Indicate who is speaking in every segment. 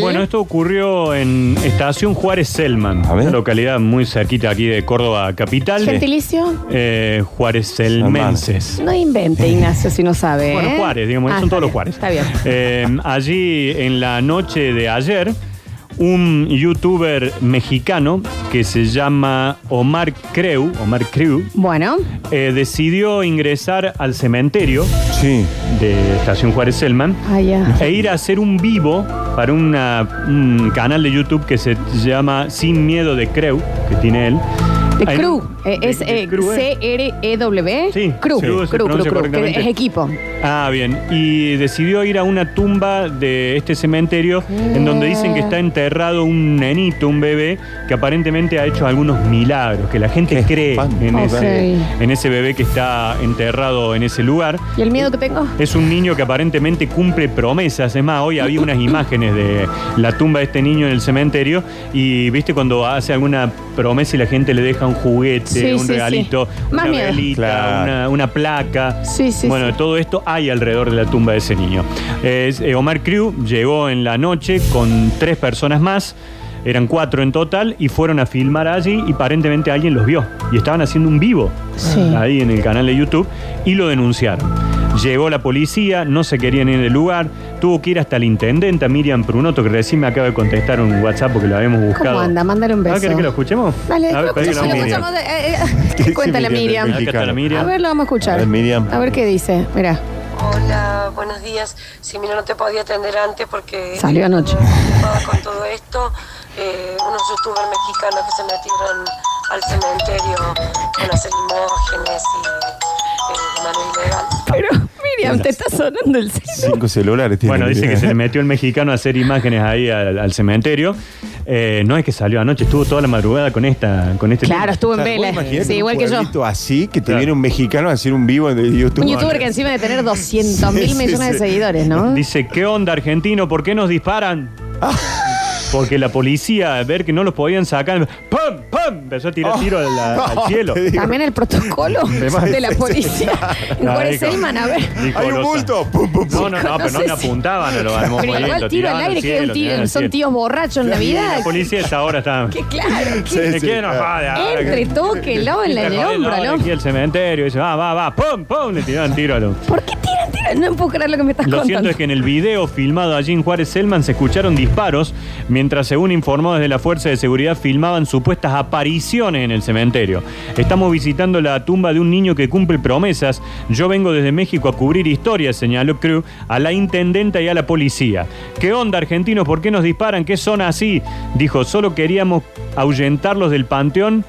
Speaker 1: Bueno, esto ocurrió en Estación Juárez Selman,
Speaker 2: A ver.
Speaker 1: una localidad muy cerquita aquí de Córdoba capital.
Speaker 3: Gentilicio,
Speaker 1: Eh, Juárez Selmenses.
Speaker 3: no invente, Ignacio, si no sabe.
Speaker 1: Bueno,
Speaker 3: ¿eh?
Speaker 1: Juárez, digamos,
Speaker 3: Ah,
Speaker 1: son todos los
Speaker 3: está
Speaker 1: Juárez.
Speaker 3: bien, Está bien.
Speaker 1: Eh, allí en la noche de ayer, un youtuber mexicano que se llama Omar Creu, Omar Creu,
Speaker 3: Bueno,
Speaker 1: eh, decidió ingresar al cementerio
Speaker 2: Sí.
Speaker 1: de Estación Juárez Selman
Speaker 3: ah, ya.
Speaker 1: e ir a hacer un vivo para una- un canal de YouTube que se llama Sin Miedo de Creu, que tiene él.
Speaker 3: De
Speaker 1: Ahí-
Speaker 3: Crew, eh,
Speaker 1: de-
Speaker 3: es
Speaker 1: de
Speaker 3: eh, E
Speaker 1: Crew, eh.
Speaker 3: C-R-E-W.
Speaker 1: Sí,
Speaker 3: Crew,
Speaker 1: sí,
Speaker 3: Crew,
Speaker 1: se
Speaker 3: Crew,
Speaker 1: pronuncia
Speaker 3: Crew, que
Speaker 1: correctamente.
Speaker 3: es equipo.
Speaker 1: Ah, bien. Y decidió ir a una tumba de este cementerio en donde dicen que está enterrado un nenito, un bebé, que aparentemente ha hecho algunos milagros, que la gente
Speaker 2: Qué
Speaker 1: cree
Speaker 2: espanto.
Speaker 1: en
Speaker 3: Ok.
Speaker 1: ese, en ese bebé que está enterrado en ese lugar.
Speaker 3: ¿Y el miedo que tengo?
Speaker 1: Es un niño que aparentemente cumple promesas. Es más, hoy había unas imágenes de la tumba de este niño en el cementerio y viste cuando hace alguna promesa y la gente le deja un juguete,
Speaker 3: Sí,
Speaker 1: un
Speaker 3: sí,
Speaker 1: regalito,
Speaker 3: sí.
Speaker 1: una
Speaker 3: Más miedo.
Speaker 1: velita,
Speaker 2: Claro.
Speaker 1: una, una placa.
Speaker 3: Sí, sí,
Speaker 1: bueno,
Speaker 3: sí.
Speaker 1: todo esto hay alrededor de la tumba de ese niño. Es, eh, Omar Crew llegó en la noche con tres personas más. Eran cuatro en total y fueron a filmar allí y aparentemente alguien los vio. Y estaban haciendo un vivo
Speaker 3: Sí.
Speaker 1: ahí en el canal de YouTube y lo denunciaron. Llegó la policía, no se querían ir del lugar, tuvo que ir hasta la intendenta Miriam Prunoto, que recién me acaba de contestar un WhatsApp porque lo habíamos buscado.
Speaker 3: anda? Mándale un
Speaker 1: ¿Ah,
Speaker 3: beso.
Speaker 1: ¿querés que lo escuchemos?
Speaker 3: Dale,
Speaker 1: a ver,
Speaker 3: lo
Speaker 1: parece que
Speaker 3: escuchamos,
Speaker 1: no,
Speaker 3: lo
Speaker 1: Miriam.
Speaker 3: escuchamos. eh, eh,
Speaker 2: Sí,
Speaker 3: Cuéntale,
Speaker 2: Miriam,
Speaker 3: Miriam.
Speaker 1: Acá está la Miriam.
Speaker 3: A ver, lo vamos a
Speaker 2: A
Speaker 3: escuchar.
Speaker 2: ver, Miriam.
Speaker 3: A ver qué dice. Mira,
Speaker 4: Hola, buenos días. Si mira, no te podía atender antes porque...
Speaker 3: Salió anoche.
Speaker 4: Estaba ocupada con todo esto. Eh, unos youtubers mexicanos que se metieron al cementerio con hacer imágenes y eh, de manera ilegal.
Speaker 3: pero Miriam, te está sonando el celular.
Speaker 2: Cinco celulares tiene.
Speaker 1: Bueno, dice que
Speaker 2: Miriam.
Speaker 1: se le metió el mexicano a hacer imágenes ahí al, al cementerio. Eh, no es que salió anoche, estuvo toda la madrugada con esta, con este
Speaker 3: Claro, estuvo en
Speaker 2: Claro, vos
Speaker 3: vela.
Speaker 2: imaginate
Speaker 3: Sí,
Speaker 2: un
Speaker 3: igual que yo.
Speaker 2: pueblito así, que te
Speaker 1: Claro.
Speaker 2: viene un mexicano a hacer un vivo de YouTube.
Speaker 3: Un youtuber que encima de tener 200
Speaker 2: Sí,
Speaker 3: mil
Speaker 2: sí,
Speaker 3: millones
Speaker 2: sí.
Speaker 3: de seguidores, ¿no?
Speaker 1: Ah. Dice, ¿qué onda argentino? ¿Por qué nos disparan?
Speaker 2: Ah.
Speaker 1: Porque la policía, al ver que no los podían sacar, ¡pam! ¡pam! Empezó a
Speaker 3: Oh.
Speaker 1: tirar tiro al, al
Speaker 2: No,
Speaker 1: cielo.
Speaker 2: Ah. te digo.
Speaker 3: También el protocolo
Speaker 2: Además,
Speaker 3: de la
Speaker 2: sí, sí.
Speaker 3: policía. En
Speaker 1: Claro,
Speaker 3: Juárez
Speaker 1: dijo-
Speaker 3: Selman, a ver.
Speaker 1: dijo,
Speaker 2: Hay un
Speaker 1: "Los-
Speaker 2: bulto. Pum, pum, pum.
Speaker 1: No, no, no, pero no
Speaker 3: sé
Speaker 1: le
Speaker 3: si-
Speaker 1: apuntaban a los a los
Speaker 3: Pero
Speaker 1: movimientos,
Speaker 3: igual tiro al
Speaker 1: tiraban
Speaker 3: aire, que es un
Speaker 1: cielo, tiraban
Speaker 3: tiro.
Speaker 1: al
Speaker 3: Son
Speaker 1: cielo.
Speaker 3: tíos borrachos en Navidad.
Speaker 1: La policía a esa hora estaba.
Speaker 3: Que claro.
Speaker 2: Sí,
Speaker 1: ¿De
Speaker 2: sí,
Speaker 1: quién nos
Speaker 2: claro.
Speaker 1: jode ahora?
Speaker 3: Entre, tóquelo en la- en el hombro,
Speaker 1: Ahora
Speaker 3: ¿no?
Speaker 1: Aquí el cementerio, dice, va, va, va, pum, pum, le tiraban tiro a los.
Speaker 3: ¿Por qué tira, tira? No puedo creer lo que me estás
Speaker 1: Lo cierto
Speaker 3: contando.
Speaker 1: es que en el video filmado allí en Juárez Selman se escucharon disparos, mientras según informó desde la Fuerza de Seguridad filmaban supuestas apariciones en el cementerio. Estamos visitando la tumba de un niño que cumple promesas. Yo vengo desde México a cubrir historias, señaló Crew, a la intendenta y a la policía. ¿Qué onda, argentinos? ¿Por qué nos disparan? ¿Qué son así? Dijo, solo queríamos ahuyentarlos del panteón.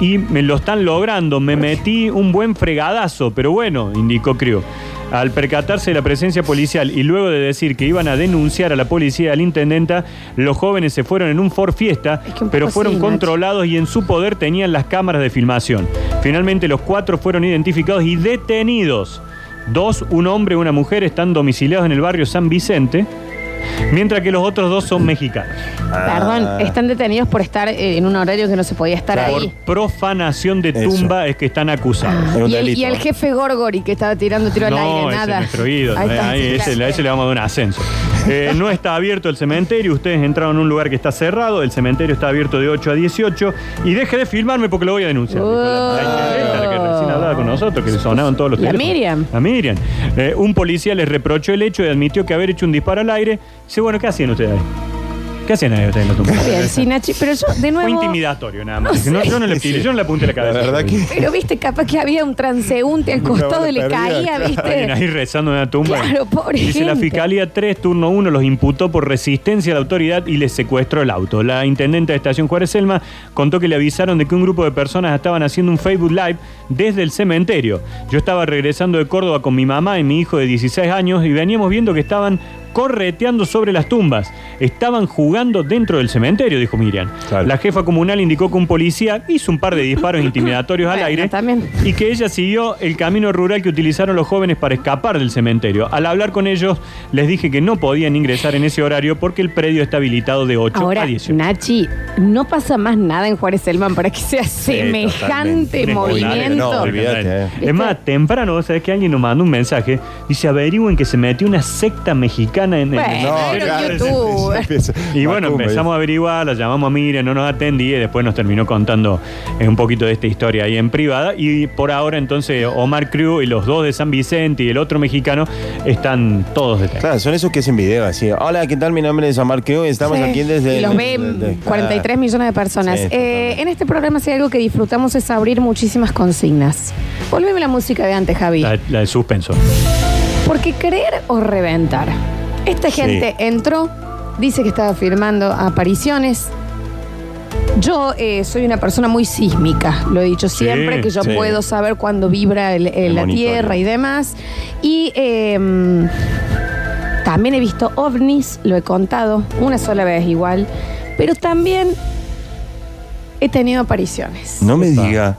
Speaker 1: Y me lo están logrando, me metí un buen fregadazo, pero bueno, indicó Crew. Al percatarse de la presencia policial y luego de decir que iban a denunciar a la policía y a la intendenta, los jóvenes se fueron en un for fiesta,
Speaker 3: Es que un poco
Speaker 1: pero fueron
Speaker 3: sí, Nacho.
Speaker 1: controlados y en su poder tenían las cámaras de filmación. Finalmente los cuatro fueron identificados y detenidos. Dos, un hombre y una mujer, están domiciliados en el barrio San Vicente, mientras que los otros dos son mexicanos.
Speaker 2: Ah.
Speaker 3: Perdón, están detenidos por estar eh, en un horario que no se podía estar
Speaker 1: Por
Speaker 3: ahí.
Speaker 1: profanación de
Speaker 2: Eso.
Speaker 1: tumba es que están acusados.
Speaker 2: Es un
Speaker 3: Y el,
Speaker 2: delito.
Speaker 3: y el jefe Gorgori que estaba tirando tiro al
Speaker 1: No,
Speaker 3: aire,
Speaker 1: ese es
Speaker 3: nada.
Speaker 1: nuestro ídolo.
Speaker 3: Ahí
Speaker 1: eh,
Speaker 3: está,
Speaker 1: ahí,
Speaker 3: sí,
Speaker 1: ese-
Speaker 3: claro.
Speaker 1: a ese le vamos a dar un ascenso. Eh, no está abierto el cementerio, ustedes entraron a un lugar que está cerrado, el cementerio está abierto de 8 a 18 y deje de filmarme porque lo voy a denunciar. dijo La, la intendenta, la que recién hablaba con nosotros, que le sonaban todos los
Speaker 3: La
Speaker 1: teléfonos.
Speaker 3: Miriam.
Speaker 1: La Miriam. Eh, un policía les reprochó el hecho y admitió que haber hecho un disparo al aire. Dice, bueno, ¿qué hacían ustedes ahí? ¿Qué hacían ahí ustedes en la tumba?
Speaker 3: Bien, sí, Nachi, pero yo, de
Speaker 1: Fue
Speaker 3: nuevo.
Speaker 1: intimidatorio nada más. Dice, No, yo no le tiré, yo no le apunté la
Speaker 2: La
Speaker 1: cabeza.
Speaker 2: verdad que.
Speaker 3: Pero viste, capaz que había un transeúnte al costado
Speaker 2: bala
Speaker 3: y le
Speaker 2: perdida,
Speaker 3: caía,
Speaker 2: claro.
Speaker 1: Alguien
Speaker 3: viste.
Speaker 1: ahí rezando en una tumba.
Speaker 3: Claro, pobre
Speaker 1: Dice la
Speaker 3: gente.
Speaker 1: Fiscalía 3, turno 1, los imputó por resistencia a la autoridad y les secuestró el auto. La intendente de Estación Juárez Selma contó que le avisaron de que un grupo de personas estaban haciendo un Facebook Live desde el cementerio. Yo estaba regresando de Córdoba con mi mamá y mi hijo de 16 años y veníamos viendo que estaban correteando sobre las tumbas. Estaban jugando dentro del cementerio, dijo Miriam.
Speaker 2: Claro.
Speaker 1: La jefa comunal indicó que un policía hizo un par de disparos intimidatorios al
Speaker 3: Bueno,
Speaker 1: aire
Speaker 3: también.
Speaker 1: y que ella siguió el camino rural que utilizaron los jóvenes para escapar del cementerio. Al hablar con ellos, les dije que no podían ingresar en ese horario porque el predio está habilitado de 8
Speaker 3: Ahora,
Speaker 1: a 18.
Speaker 3: Nachi, no pasa más nada en Juárez Selman para que sea semejante
Speaker 2: totalmente.
Speaker 3: movimiento.
Speaker 2: No, olvídate, eh.
Speaker 1: Es más, temprano, ¿sabes que alguien nos mandó un mensaje? Dice, averigüen que se metió una secta mexicana en, en-
Speaker 3: Bueno, era un
Speaker 2: claro,
Speaker 3: youtuber.
Speaker 2: empieza-
Speaker 1: Y bueno,
Speaker 2: Macumba,
Speaker 1: empezamos a averiguar, la llamamos a Miriam, no nos atendí y después nos terminó contando eh, un poquito de esta historia ahí en privada. Y por ahora entonces Omar Crew y los dos de San Vicente y el otro mexicano están todos detenidos.
Speaker 2: Claro, son esos que hacen video así. Hola, ¿qué tal? Mi nombre es Amar Creo y estamos
Speaker 3: Sí.
Speaker 2: aquí desde.
Speaker 3: Y los
Speaker 2: desde-
Speaker 3: ven
Speaker 2: desde-
Speaker 3: 43 millones de personas.
Speaker 2: Sí,
Speaker 3: Eh,
Speaker 2: totalmente.
Speaker 3: en este programa, si hay algo que disfrutamos es abrir muchísimas consignas. Volveme la música de antes, Javi.
Speaker 1: La, la de suspenso.
Speaker 3: Porque creer o reventar. Esta
Speaker 2: Sí.
Speaker 3: gente entró, dice que estaba firmando apariciones. Yo eh, soy una persona muy sísmica, lo he dicho siempre, que yo
Speaker 2: sí.
Speaker 3: puedo saber cuándo vibra el- el-
Speaker 2: El
Speaker 3: la
Speaker 2: monitoreo.
Speaker 3: tierra y demás. Y eh, también he visto ovnis, lo he contado una sola vez igual, pero también he tenido apariciones.
Speaker 2: No me diga,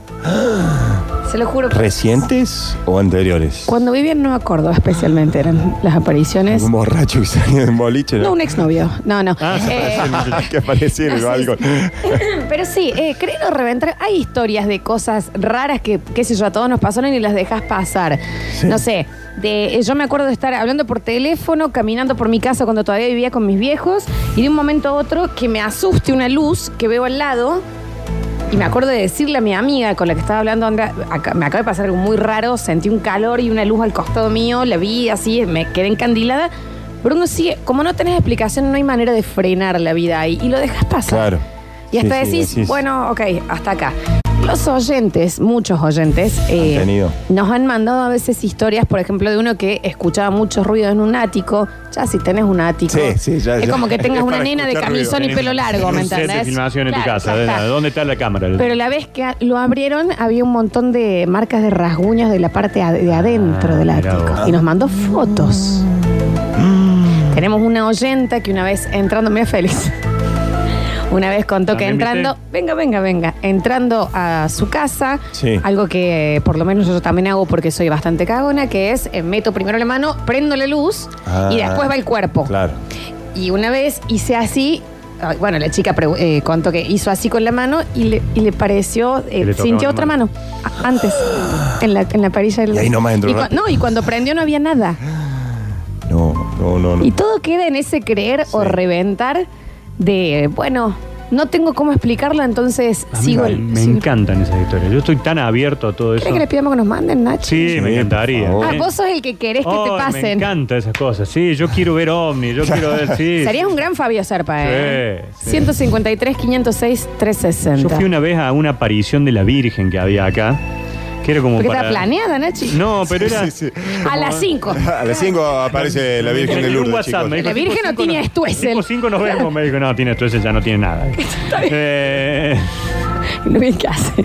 Speaker 3: Se lo juro. que-
Speaker 2: ¿recientes o anteriores?
Speaker 3: Cuando vivía en Nueva Córdoba especialmente eran las apariciones.
Speaker 2: Un borracho que salió de un boliche,
Speaker 3: No,
Speaker 2: ¿no?
Speaker 3: un exnovio. No, no.
Speaker 1: Ah, se
Speaker 3: Eh,
Speaker 2: que aparecía en el
Speaker 3: No sé
Speaker 2: balcón.
Speaker 3: pero sí, eh, creer o reventar. Hay historias de cosas raras que, qué sé yo, a todos nos pasaron y las dejas pasar. No sé. De, eh, yo me acuerdo de estar hablando por teléfono, caminando por mi casa cuando todavía vivía con mis viejos, y de un momento a otro que me asuste una luz que veo al lado. Y me acuerdo de decirle a mi amiga con la que estaba hablando, "Andrea, acá- me acaba de pasar algo muy raro, sentí un calor y una luz al costado mío, la vi así, me quedé encandilada. Pero uno sigue, como no tenés explicación, no hay manera de frenar la vida ahí. Y lo dejas pasar.
Speaker 2: Claro.
Speaker 3: Y
Speaker 2: Sí,
Speaker 3: hasta
Speaker 2: sí,
Speaker 3: decís,
Speaker 2: así es.
Speaker 3: bueno, ok, hasta acá. Los oyentes, muchos oyentes, eh,
Speaker 2: tenido.
Speaker 3: nos han mandado a veces historias, por ejemplo, de uno que escuchaba mucho ruido en un ático. Ya si tenés un ático,
Speaker 2: Sí, sí, ya,
Speaker 3: es
Speaker 2: ya.
Speaker 3: como que tengas
Speaker 2: Es
Speaker 3: una
Speaker 2: para
Speaker 3: nena de
Speaker 2: escuchar ruido.
Speaker 3: camisón y
Speaker 1: Tenés
Speaker 3: pelo largo, ¿me
Speaker 1: un set de
Speaker 3: entendés?
Speaker 1: filmación en tu
Speaker 3: Claro,
Speaker 1: casa.
Speaker 3: ya está.
Speaker 1: de- ¿Dónde está la cámara?
Speaker 3: Pero la vez que lo abrieron había un montón de marcas de rasguños de la parte ad- de adentro
Speaker 1: Ah,
Speaker 3: del
Speaker 1: mirá
Speaker 3: ático.
Speaker 1: vos.
Speaker 3: Y nos mandó fotos. Tenemos una oyenta que una vez entrando, mira Félix. Una vez contó que
Speaker 1: ¿También viste?
Speaker 3: entrando, venga, venga, venga, entrando a su casa,
Speaker 2: Sí.
Speaker 3: algo que eh, por lo menos yo también hago porque soy bastante cagona, que es eh, meto primero la mano, prendo la luz
Speaker 2: Ah,
Speaker 3: y después va el cuerpo.
Speaker 2: Claro.
Speaker 3: Y una vez hice así, ay, bueno, la chica pregu- eh, contó que hizo así con la mano y le, y le pareció, eh,
Speaker 1: Y le tocaba
Speaker 3: sintió
Speaker 1: la
Speaker 3: otra
Speaker 1: mano.
Speaker 3: mano, a- antes, en la, en la perilla del...
Speaker 2: Y ahí nomás entró
Speaker 3: Y cua-
Speaker 2: rápido.
Speaker 3: No, y cuando prendió no había nada.
Speaker 2: No, no, no. no.
Speaker 3: Y todo queda en ese creer o reventar de, bueno, no tengo cómo explicarlo, entonces
Speaker 1: A mí
Speaker 3: sigo...
Speaker 1: me, me
Speaker 3: sigo-
Speaker 1: encantan esas historias. Yo estoy tan abierto a todo eso.
Speaker 3: ¿Querés que le pidamos que nos manden, Nacho?
Speaker 1: Sí,
Speaker 2: Sí,
Speaker 1: me encantaría.
Speaker 2: por
Speaker 3: Ah,
Speaker 2: favor.
Speaker 1: Eh.
Speaker 3: vos sos el que querés que te
Speaker 1: Ay, Me
Speaker 3: pasen.
Speaker 1: encantan esas cosas. Sí, yo quiero ver ovni, yo quiero ver, sí.
Speaker 3: Serías un gran Fabio Serpa, ¿eh?
Speaker 1: Sí, sí.
Speaker 3: 153, 506,
Speaker 1: Yo
Speaker 3: 360.
Speaker 1: fui una vez a una aparición de la Virgen que había acá, que era como
Speaker 3: Porque
Speaker 1: para...
Speaker 3: estaba planeada, Nachi.
Speaker 1: No, pero era...
Speaker 2: Sí, sí, sí.
Speaker 3: A las 5.
Speaker 2: A las 5 aparece la
Speaker 1: Me
Speaker 2: Virgen de
Speaker 1: escribió un
Speaker 2: Lourdes,
Speaker 1: WhatsApp,
Speaker 2: chicos.
Speaker 1: me dijo,
Speaker 3: La
Speaker 1: tipo
Speaker 3: Virgen no
Speaker 1: cinco
Speaker 3: tiene estuésel.
Speaker 1: Tipo 5 nos vemos, me dijo, no, tiene estuésel, ya no tiene nada. Eh,
Speaker 3: Lo bien que hace.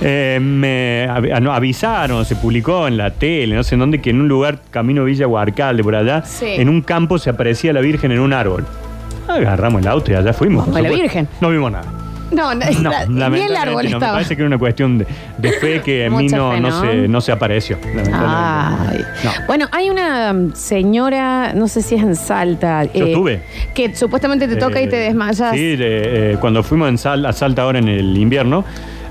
Speaker 1: eh, me av- ah, no, avisaron, se publicó en la tele, no sé en dónde, que en un lugar, camino Villa Huarcalde, por allá,
Speaker 3: Sí.
Speaker 1: en un campo se aparecía la Virgen en un árbol. Agarramos el auto y allá fuimos. por
Speaker 3: Vamos a la
Speaker 1: supuesto.
Speaker 3: Virgen.
Speaker 1: No vimos nada.
Speaker 3: No,
Speaker 1: No,
Speaker 3: no, la- ni el
Speaker 1: lamentablemente
Speaker 3: árbol
Speaker 1: no. Me
Speaker 3: estaba.
Speaker 1: parece que era una cuestión de, de fe que a mí
Speaker 3: Mucha
Speaker 1: no,
Speaker 3: fe,
Speaker 1: no
Speaker 3: ¿no?
Speaker 1: se, no se apareció. lamentablemente.
Speaker 3: Ay.
Speaker 1: No.
Speaker 3: Bueno, hay una mm, señora, no sé si es en Salta. eh,
Speaker 1: Yo estuve.
Speaker 3: Que supuestamente te toca y te
Speaker 1: Eh,
Speaker 3: desmayas.
Speaker 1: Sí, de- eh, cuando fuimos en Sal- a Salta ahora en el invierno,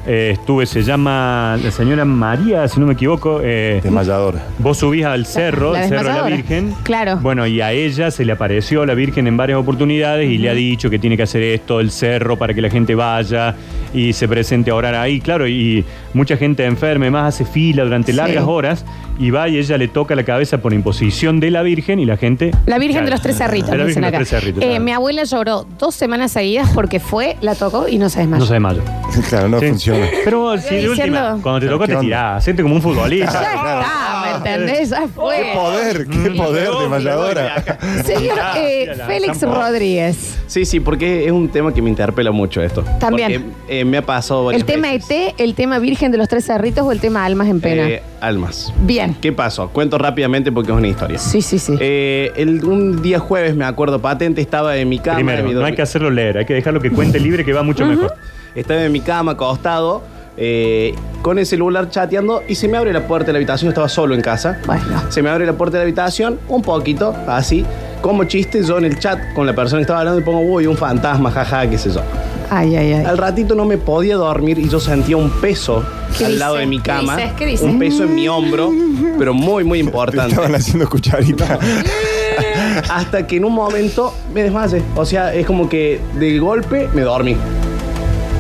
Speaker 1: eh, estuve, se llama la señora María, si no me equivoco. eh,
Speaker 2: Desmayador.
Speaker 1: Vos subís al cerro,
Speaker 3: la
Speaker 1: el cerro de la
Speaker 3: desmayadora.
Speaker 1: Virgen.
Speaker 3: Claro.
Speaker 1: Bueno, y a ella se le apareció la Virgen en varias oportunidades y le ha dicho que tiene que hacer esto, el cerro, para que la gente vaya y se presente a orar ahí. Claro, y mucha gente enferma, y más hace fila durante
Speaker 3: Sí.
Speaker 1: largas horas y va y ella le toca la cabeza por imposición de la Virgen y la gente.
Speaker 3: La Virgen
Speaker 1: Claro.
Speaker 3: de los Tres Cerritos,
Speaker 1: La Virgen
Speaker 3: dicen
Speaker 1: de
Speaker 3: acá.
Speaker 1: los Tres Cerritos.
Speaker 3: Eh,
Speaker 1: claro.
Speaker 3: mi abuela lloró dos semanas seguidas porque fue, la tocó y no se desmayó.
Speaker 1: No se desmayó.
Speaker 2: Claro, no
Speaker 1: Sí.
Speaker 2: funciona.
Speaker 1: Pero vos, sí, de
Speaker 3: diciendo-
Speaker 1: última, cuando te tocó
Speaker 2: ¿Qué
Speaker 1: te
Speaker 2: onda?
Speaker 1: tirás, hacete como un futbolista.
Speaker 3: Ya está, ¿me entendés? Ya
Speaker 2: ¡Qué
Speaker 3: fue.
Speaker 2: poder! ¡Qué
Speaker 3: Mm.
Speaker 2: poder desmayadora!
Speaker 3: Señor
Speaker 1: Ah,
Speaker 3: eh,
Speaker 1: mira la
Speaker 3: Félix
Speaker 1: zampa.
Speaker 3: Rodríguez,
Speaker 5: Sí, sí, porque es un tema que me interpela mucho esto.
Speaker 3: También.
Speaker 5: Porque, eh, me ha pasado varias
Speaker 3: ¿el tema
Speaker 5: veces.
Speaker 3: ET, el tema Virgen de los Tres Cerritos o el tema Almas en Pena?
Speaker 5: Eh, almas.
Speaker 3: Bien.
Speaker 5: ¿Qué pasó? Cuento rápidamente porque es una historia.
Speaker 3: Sí, sí, sí.
Speaker 5: Eh, el- un día jueves, me acuerdo, patente, estaba en mi cama.
Speaker 1: Primero,
Speaker 5: en mi
Speaker 1: no hay
Speaker 5: dormi-
Speaker 1: que hacerlo leer, hay que dejarlo que cuente libre que va mucho mejor.
Speaker 5: Estaba en mi cama, acostado, eh, con el celular chateando y se me abre la puerta de la habitación. Estaba solo en casa.
Speaker 3: bueno.
Speaker 5: Se me abre la puerta de la habitación, un poquito, así. Como chiste, yo en el chat con la persona que estaba hablando le pongo, uy, un fantasma, jaja, qué sé yo.
Speaker 3: Ay, ay, ay.
Speaker 5: Al ratito no me podía dormir y yo sentía un peso
Speaker 3: ¿Qué
Speaker 5: al
Speaker 3: dice?
Speaker 5: lado de mi
Speaker 3: ¿Qué
Speaker 5: cama.
Speaker 3: dices? ¿Qué dices?
Speaker 5: Un peso en mi hombro, pero muy, muy
Speaker 2: Te
Speaker 5: importante.
Speaker 2: estaban haciendo cucharita.
Speaker 5: Hasta que en un momento me desmayé. O sea, es como que del golpe me dormí.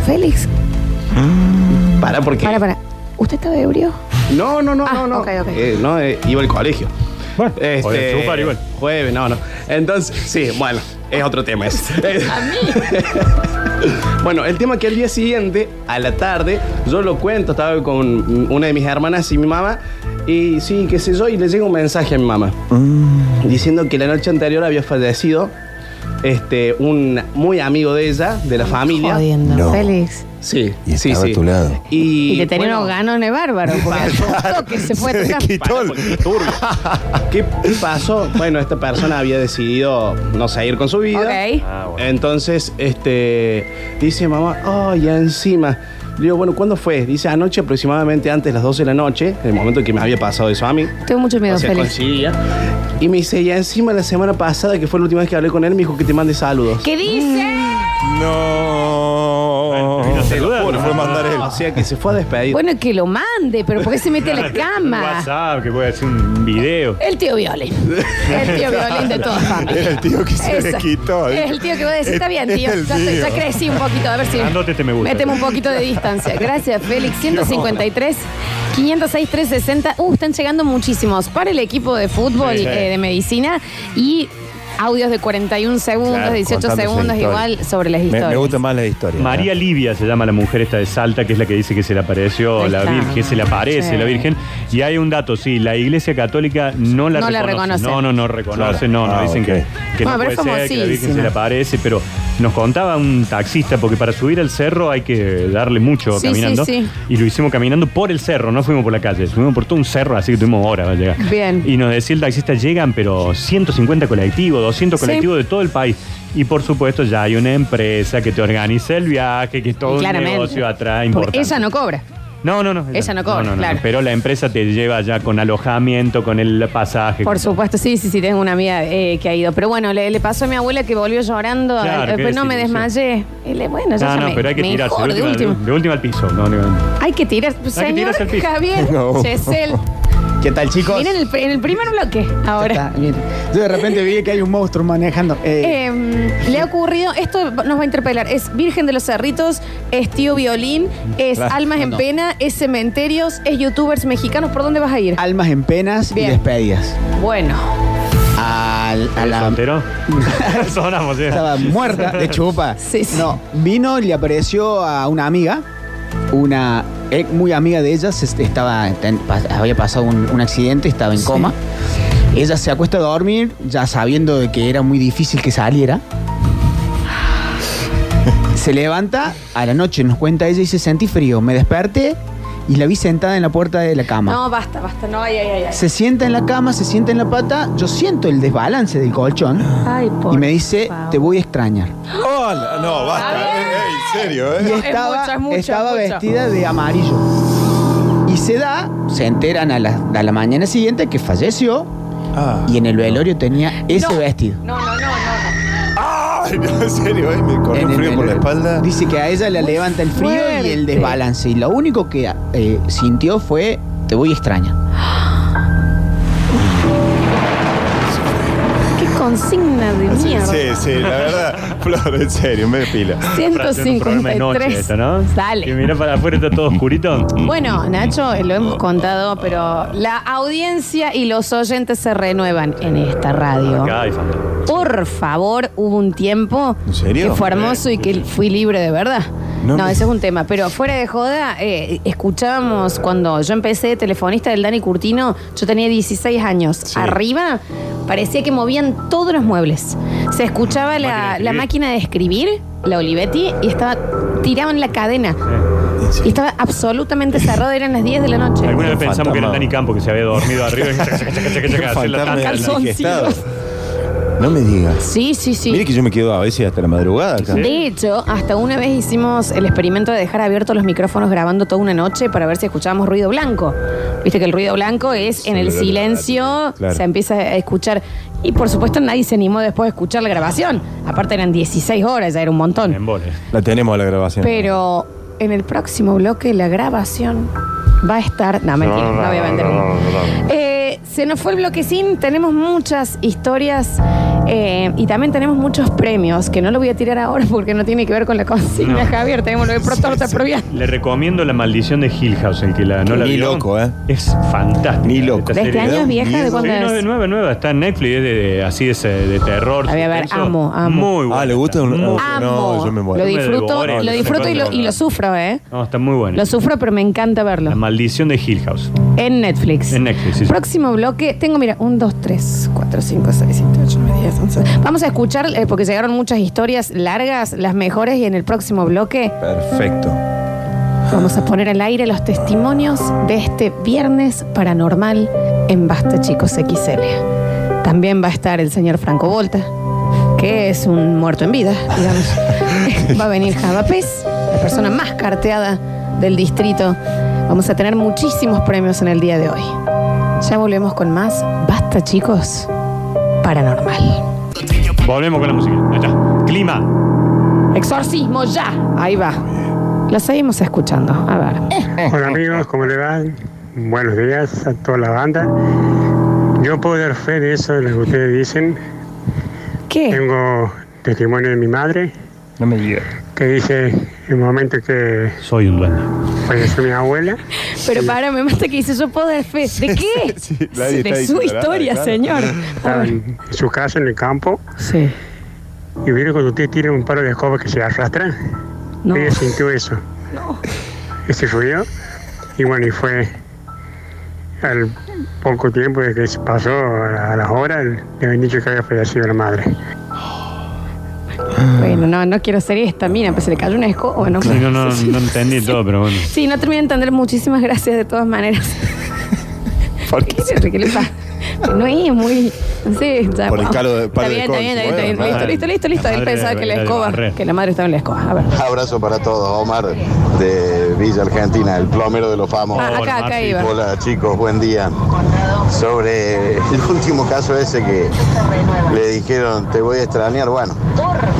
Speaker 3: Félix,
Speaker 5: Para, porque.
Speaker 3: para, para. ¿Usted estaba ebrio?
Speaker 5: No, no, no,
Speaker 3: Ah,
Speaker 5: no, no.
Speaker 3: ok, ok.
Speaker 5: Eh, no, eh, iba al colegio.
Speaker 1: Bueno,
Speaker 5: Este,
Speaker 1: podés chupar igual.
Speaker 5: Jueves, no, no. Entonces, sí, bueno, es otro tema ese.
Speaker 3: A mí.
Speaker 5: Bueno, el tema que al día siguiente, a la tarde, yo lo cuento, estaba con una de mis hermanas y mi mamá, y sí, qué sé yo, y le llega un mensaje a mi mamá,
Speaker 2: Mm.
Speaker 5: diciendo que la noche anterior había fallecido este, un muy amigo de ella, de la familia.
Speaker 3: Jodiendo.
Speaker 2: No.
Speaker 3: Félix.
Speaker 5: Sí,
Speaker 2: Y
Speaker 5: sí,
Speaker 2: estaba
Speaker 5: sí.
Speaker 2: a tu lado.
Speaker 5: Y,
Speaker 3: Y que tenía
Speaker 5: bueno,
Speaker 3: unos ganones bárbaros. Porque asustó que se fue a tocar.
Speaker 2: quitó el-
Speaker 5: ¿Qué pasó? Bueno, esta persona había decidido no seguir con su vida.
Speaker 3: Ok.
Speaker 1: Ah, bueno.
Speaker 5: Entonces, este, dice mamá, ay, ya encima. Le digo, bueno, ¿cuándo fue? Dice, anoche aproximadamente antes de las 12 de la noche, el momento que me había pasado eso a mí.
Speaker 3: Tengo mucho miedo,
Speaker 5: O sea,
Speaker 3: Félix.
Speaker 5: coincidía. Y me dice, ya encima la semana pasada, que fue la última vez que hablé con él, me dijo que te mande saludos.
Speaker 3: ¿Qué dice?
Speaker 2: No.
Speaker 1: Bueno, vino a saludar,
Speaker 2: Bueno,
Speaker 1: ¿no?
Speaker 2: fue a mandar él.
Speaker 5: O sea, que se fue a despedir.
Speaker 3: Bueno, que lo mande, pero ¿por qué se mete a la cama?
Speaker 1: WhatsApp, que puede hacer un video.
Speaker 3: El tío Violín. El tío Violín de toda familia.
Speaker 2: Era el tío que se
Speaker 3: Esa.
Speaker 2: le quitó.
Speaker 3: Es el tío que va a decir, está bien, tío.
Speaker 2: Es el
Speaker 3: Ya, estoy- ya
Speaker 2: tío.
Speaker 3: crecí un poquito, a ver si.
Speaker 1: Grandote te me gusta.
Speaker 3: Meteme un poquito de distancia. Gracias, Félix. 153, 506, 360. Uh, están llegando muchísimos para el equipo de fútbol,
Speaker 1: Sí, sí.
Speaker 3: eh, de medicina y audios de 41 segundos,
Speaker 2: Claro,
Speaker 3: 18
Speaker 2: contando esa
Speaker 3: segundos,
Speaker 2: historia.
Speaker 3: igual sobre las
Speaker 2: Me-
Speaker 3: historias.
Speaker 2: Me, gusta más la historia.
Speaker 1: María Livia se llama la mujer esta de Salta, que es la que dice que se le apareció
Speaker 3: Ahí
Speaker 1: la
Speaker 3: está.
Speaker 1: Virgen, se le aparece
Speaker 3: Sí.
Speaker 1: la Virgen. Y hay un dato, sí, la Iglesia Católica no la
Speaker 3: No la
Speaker 1: reconoce.
Speaker 3: reconoce.
Speaker 1: No, no, no reconoce,
Speaker 2: Claro.
Speaker 1: no, no,
Speaker 2: Ah,
Speaker 1: dicen
Speaker 2: ok.
Speaker 1: que, que
Speaker 3: Bueno,
Speaker 1: no
Speaker 3: pero
Speaker 1: puede ser,
Speaker 3: es
Speaker 1: que la Virgen
Speaker 3: famosísima.
Speaker 1: se le aparece, pero nos contaba un taxista, porque para subir al cerro hay que darle mucho
Speaker 3: Sí,
Speaker 1: caminando.
Speaker 3: sí, sí.
Speaker 1: Y lo hicimos caminando por el cerro, no fuimos por la calle, fuimos por todo un cerro, así que tuvimos horas para llegar.
Speaker 3: Bien.
Speaker 1: Y nos decía el taxista, llegan, pero 150 colectivos, 200
Speaker 3: Sí.
Speaker 1: colectivos de todo el país. Y por supuesto ya hay una empresa que te organiza el viaje, que es todo un
Speaker 3: Claramente.
Speaker 1: negocio atrás importante.
Speaker 3: Porque ella no cobra.
Speaker 1: No, no, no.
Speaker 3: Ella no cobra, claro.
Speaker 1: Pero la empresa te lleva ya con alojamiento, con el pasaje.
Speaker 3: Por
Speaker 1: con-
Speaker 3: supuesto, sí, sí, sí, tengo una amiga eh, que ha ido. Pero bueno, le, le pasó a mi abuela que volvió llorando.
Speaker 1: Claro,
Speaker 3: al-
Speaker 1: qué
Speaker 3: después no me desmayé.
Speaker 1: desilusión.
Speaker 3: Y le- bueno, ya
Speaker 1: No,
Speaker 3: ya
Speaker 1: no,
Speaker 3: me-
Speaker 1: pero hay que
Speaker 3: me
Speaker 1: tirarse.
Speaker 3: jode,
Speaker 1: De última,
Speaker 3: última.
Speaker 1: de última al piso. No, no.
Speaker 3: Hay que tirar, señor
Speaker 1: tirarse al piso.
Speaker 3: Javier
Speaker 2: No.
Speaker 3: Chesel.
Speaker 5: ¿Qué tal, chicos?
Speaker 3: Miren el, en el primer bloque ahora.
Speaker 6: Está, bien. Yo de repente vi que hay un monstruo manejando. Eh,
Speaker 3: Em, le ha ocurrido, esto nos va a interpelar, es Virgen de los Cerritos, es Tío Violín, es
Speaker 2: Claro,
Speaker 3: Almas en
Speaker 6: no.
Speaker 3: Pena, es Cementerios, es Youtubers Mexicanos, ¿por dónde vas a ir?
Speaker 6: almas en penas
Speaker 3: Bien.
Speaker 6: y despedidas.
Speaker 3: Bueno,
Speaker 6: Al- a la,
Speaker 1: ¿Soltero? Sonamos, ¿eh?
Speaker 6: estaba muerta de chupa.
Speaker 3: Sí, sí.
Speaker 6: No, vino y le apareció a una amiga, una ex muy amiga de ella, se- estaba, ten- pas- había pasado un, un accidente, estaba en coma. Ella se acuesta a dormir, ya sabiendo de que era muy difícil que saliera. Se levanta, a la noche nos cuenta ella y se sentí frío. Me desperté y la vi sentada en la puerta de la cama.
Speaker 3: no, basta, basta, no, ay, ay, ay. ay.
Speaker 6: Se sienta en la cama, se sienta en la pata, yo siento el desbalance del colchón
Speaker 3: Ay, por
Speaker 6: y me dice,
Speaker 3: favor.
Speaker 6: te voy a extrañar.
Speaker 2: Hola, no, basta. Eh, eh, en serio,
Speaker 6: Y
Speaker 2: ¿eh?
Speaker 3: es
Speaker 6: estaba,
Speaker 3: mucho, es mucho,
Speaker 6: estaba
Speaker 3: es mucho.
Speaker 6: vestida de amarillo. Y se da, se enteran a la, a la mañana siguiente que falleció
Speaker 2: Ah.
Speaker 6: y en el velorio tenía ese
Speaker 3: No.
Speaker 6: vestido.
Speaker 3: No, no, no, no.
Speaker 2: Ay, no, en serio, ¿eh? Me corrió
Speaker 6: En
Speaker 2: un
Speaker 6: el
Speaker 2: frío por la
Speaker 6: velorio.
Speaker 2: espalda.
Speaker 6: Dice que a ella le
Speaker 3: Muy
Speaker 6: levanta el frío y
Speaker 3: fuerte.
Speaker 6: el desbalance. Y lo único que eh, sintió fue, te voy a extrañar.
Speaker 3: Qué consigna de
Speaker 2: Sí,
Speaker 3: mierda.
Speaker 2: sí, sí, la verdad. Flor, en serio, me pila.
Speaker 1: Un programa de noche
Speaker 3: 153.
Speaker 1: esto, ¿no? Y
Speaker 3: Dale.
Speaker 1: mira para afuera está todo oscurito.
Speaker 3: Bueno, Nacho, eh, lo hemos contado, pero la audiencia y los oyentes se renuevan en esta radio.
Speaker 1: Acá hay fantasma.
Speaker 3: Por favor, hubo un tiempo
Speaker 2: ¿En serio?
Speaker 3: que fue hermoso y que fui libre de verdad. No,
Speaker 2: No me-
Speaker 3: ese es un tema. Pero fuera de joda, eh, escuchábamos cuando yo empecé de telefonista del Dani Curtino, yo tenía 16 años. Arriba parecía que movían todos los muebles. Se escuchaba la, la máquina de escribir, la Olivetti, y estaba tiraban la cadena. Y estaba absolutamente cerrado, eran las 10 de la noche.
Speaker 1: Alguna vez
Speaker 2: Un
Speaker 1: pensamos que era
Speaker 2: fantasma.
Speaker 1: Dani Campo que se había dormido arriba y chaca, chaca, chaca, chaca, chaca, hacer la
Speaker 2: Fantasma
Speaker 1: tanda.
Speaker 2: del
Speaker 3: Calzoncillos.
Speaker 2: digestado. No me digas.
Speaker 3: Sí, sí, sí.
Speaker 2: Mire que yo me quedo a veces hasta la madrugada acá.
Speaker 3: De hecho, hasta una vez hicimos el experimento de dejar abiertos los micrófonos grabando toda una noche para ver si escuchábamos ruido blanco. Viste que el ruido blanco es en el
Speaker 2: claro,
Speaker 3: silencio,
Speaker 2: claro.
Speaker 3: se empieza a escuchar. Y por supuesto nadie se animó después a escuchar la grabación. Aparte eran 16 horas, ya era un
Speaker 1: En
Speaker 3: montón.
Speaker 1: bolas.
Speaker 2: La tenemos a la grabación.
Speaker 3: Pero en el próximo bloque la grabación va a estar... No, mentira, no voy a vender. Eh, Se nos fue el bloquecín, tenemos muchas historias eh, y también tenemos muchos premios, que no lo voy a tirar ahora porque no tiene que ver con la consigna,
Speaker 1: No.
Speaker 3: Javier. Tenemos lo de Pro Torta Pro Viaje.
Speaker 1: Le recomiendo La Maldición de Hill House, el que la, no la
Speaker 2: Ni
Speaker 1: vieron.
Speaker 2: loco, ¿eh?
Speaker 1: Es fantástica.
Speaker 2: Ni loco.
Speaker 1: Esta
Speaker 3: ¿De este
Speaker 1: serie.
Speaker 3: año es vieja? ¿De
Speaker 2: Sí,
Speaker 1: Sí,
Speaker 3: cuándo
Speaker 1: no,
Speaker 3: es?
Speaker 1: de nueva, nueva, está en Netflix, es de, de- así es, eh, de terror.
Speaker 3: A ver, a ver,
Speaker 1: suspenso.
Speaker 3: amo, amo.
Speaker 1: Muy bueno.
Speaker 2: Ah, ¿le gusta o no? Ah.
Speaker 3: Amo.
Speaker 2: No, yo me muero.
Speaker 3: Lo
Speaker 1: Yo me
Speaker 3: disfruto,
Speaker 1: devoro,
Speaker 3: lo
Speaker 1: no,
Speaker 3: disfruto
Speaker 1: no,
Speaker 3: y
Speaker 1: no,
Speaker 3: lo, y
Speaker 1: no.
Speaker 3: lo sufro, ¿eh?
Speaker 1: No, está muy bueno.
Speaker 3: Lo sufro, pero me encanta verlo.
Speaker 1: La Maldición de Hill House.
Speaker 3: En Netflix.
Speaker 1: En Netflix, sí, sí.
Speaker 3: Próximo bloque. Tengo, mira, 1, 2, 3, 4, 5, 6, 7, 8, 9, 10, 11. Vamos a escuchar, eh, porque llegaron muchas historias largas, las mejores, y en el próximo bloque
Speaker 2: Perfecto.
Speaker 3: vamos a poner al aire los testimonios de este viernes paranormal en Basta Chicos XL. También va a estar el señor Franco Volta, que es un muerto en vida, digamos. va a venir Javapés, la persona más carteada del distrito. Vamos a tener muchísimos premios en el día de hoy. Ya volvemos con más Basta Chicos Paranormal.
Speaker 1: Volvemos con la música. Ahí está. Clima.
Speaker 3: Exorcismo ya. Ahí va. Lo seguimos escuchando. A ver.
Speaker 7: Hola amigos, ¿cómo le va? Buenos días a toda la banda. Yo puedo dar fe de eso, de lo que ustedes dicen.
Speaker 3: ¿Qué?
Speaker 7: Tengo testimonio de mi madre
Speaker 2: No me digas.
Speaker 7: que dice en el momento que
Speaker 1: Soy un duende.
Speaker 7: falleció mi abuela.
Speaker 3: Pero para, me mata que dice yo puedo dar fe. ¿De qué?
Speaker 2: sí, nadie está
Speaker 3: de su
Speaker 2: diciendo nada,
Speaker 3: historia,
Speaker 2: claro.
Speaker 3: señor. A
Speaker 7: Estaba
Speaker 3: ver.
Speaker 7: en en su casa, en el campo,
Speaker 3: Sí.
Speaker 7: y vieron cuando usted tiene un palo de escoba que se arrastra.
Speaker 3: No.
Speaker 7: Ella sintió eso. Ese ruido. Y bueno, y fue al poco tiempo de que se pasó, a a las horas, le habían dicho que había fallecido la madre.
Speaker 3: Bueno, no, no quiero ser esta mina, pero se le cayó una escoba, ¿no?
Speaker 1: Sí, no, no, no entendí todo, pero bueno.
Speaker 3: Sí, no terminé de entender. Muchísimas gracias de todas maneras.
Speaker 2: ¿Por
Speaker 3: ¿Qué le- qué le pasa? No es muy. No sé, ya.
Speaker 2: Por el
Speaker 3: wow.
Speaker 2: calo de-
Speaker 3: Está
Speaker 2: palo de
Speaker 3: bien, está
Speaker 2: cobre,
Speaker 3: bien, está bien, está bien.
Speaker 2: bueno,
Speaker 3: Listo, listo, listo, listo.
Speaker 1: la
Speaker 3: Él
Speaker 1: madre
Speaker 3: pensaba que la
Speaker 1: de-
Speaker 3: escoba,
Speaker 1: de-
Speaker 3: que la madre estaba en la escoba. A ver.
Speaker 8: Abrazo para todos, Omar de Villa Argentina, el plomero de los famosos.
Speaker 3: Ah, acá, acá
Speaker 1: Martín,
Speaker 3: iba.
Speaker 8: Hola chicos, buen día. Sobre el último caso ese que le dijeron te voy a extrañar, bueno,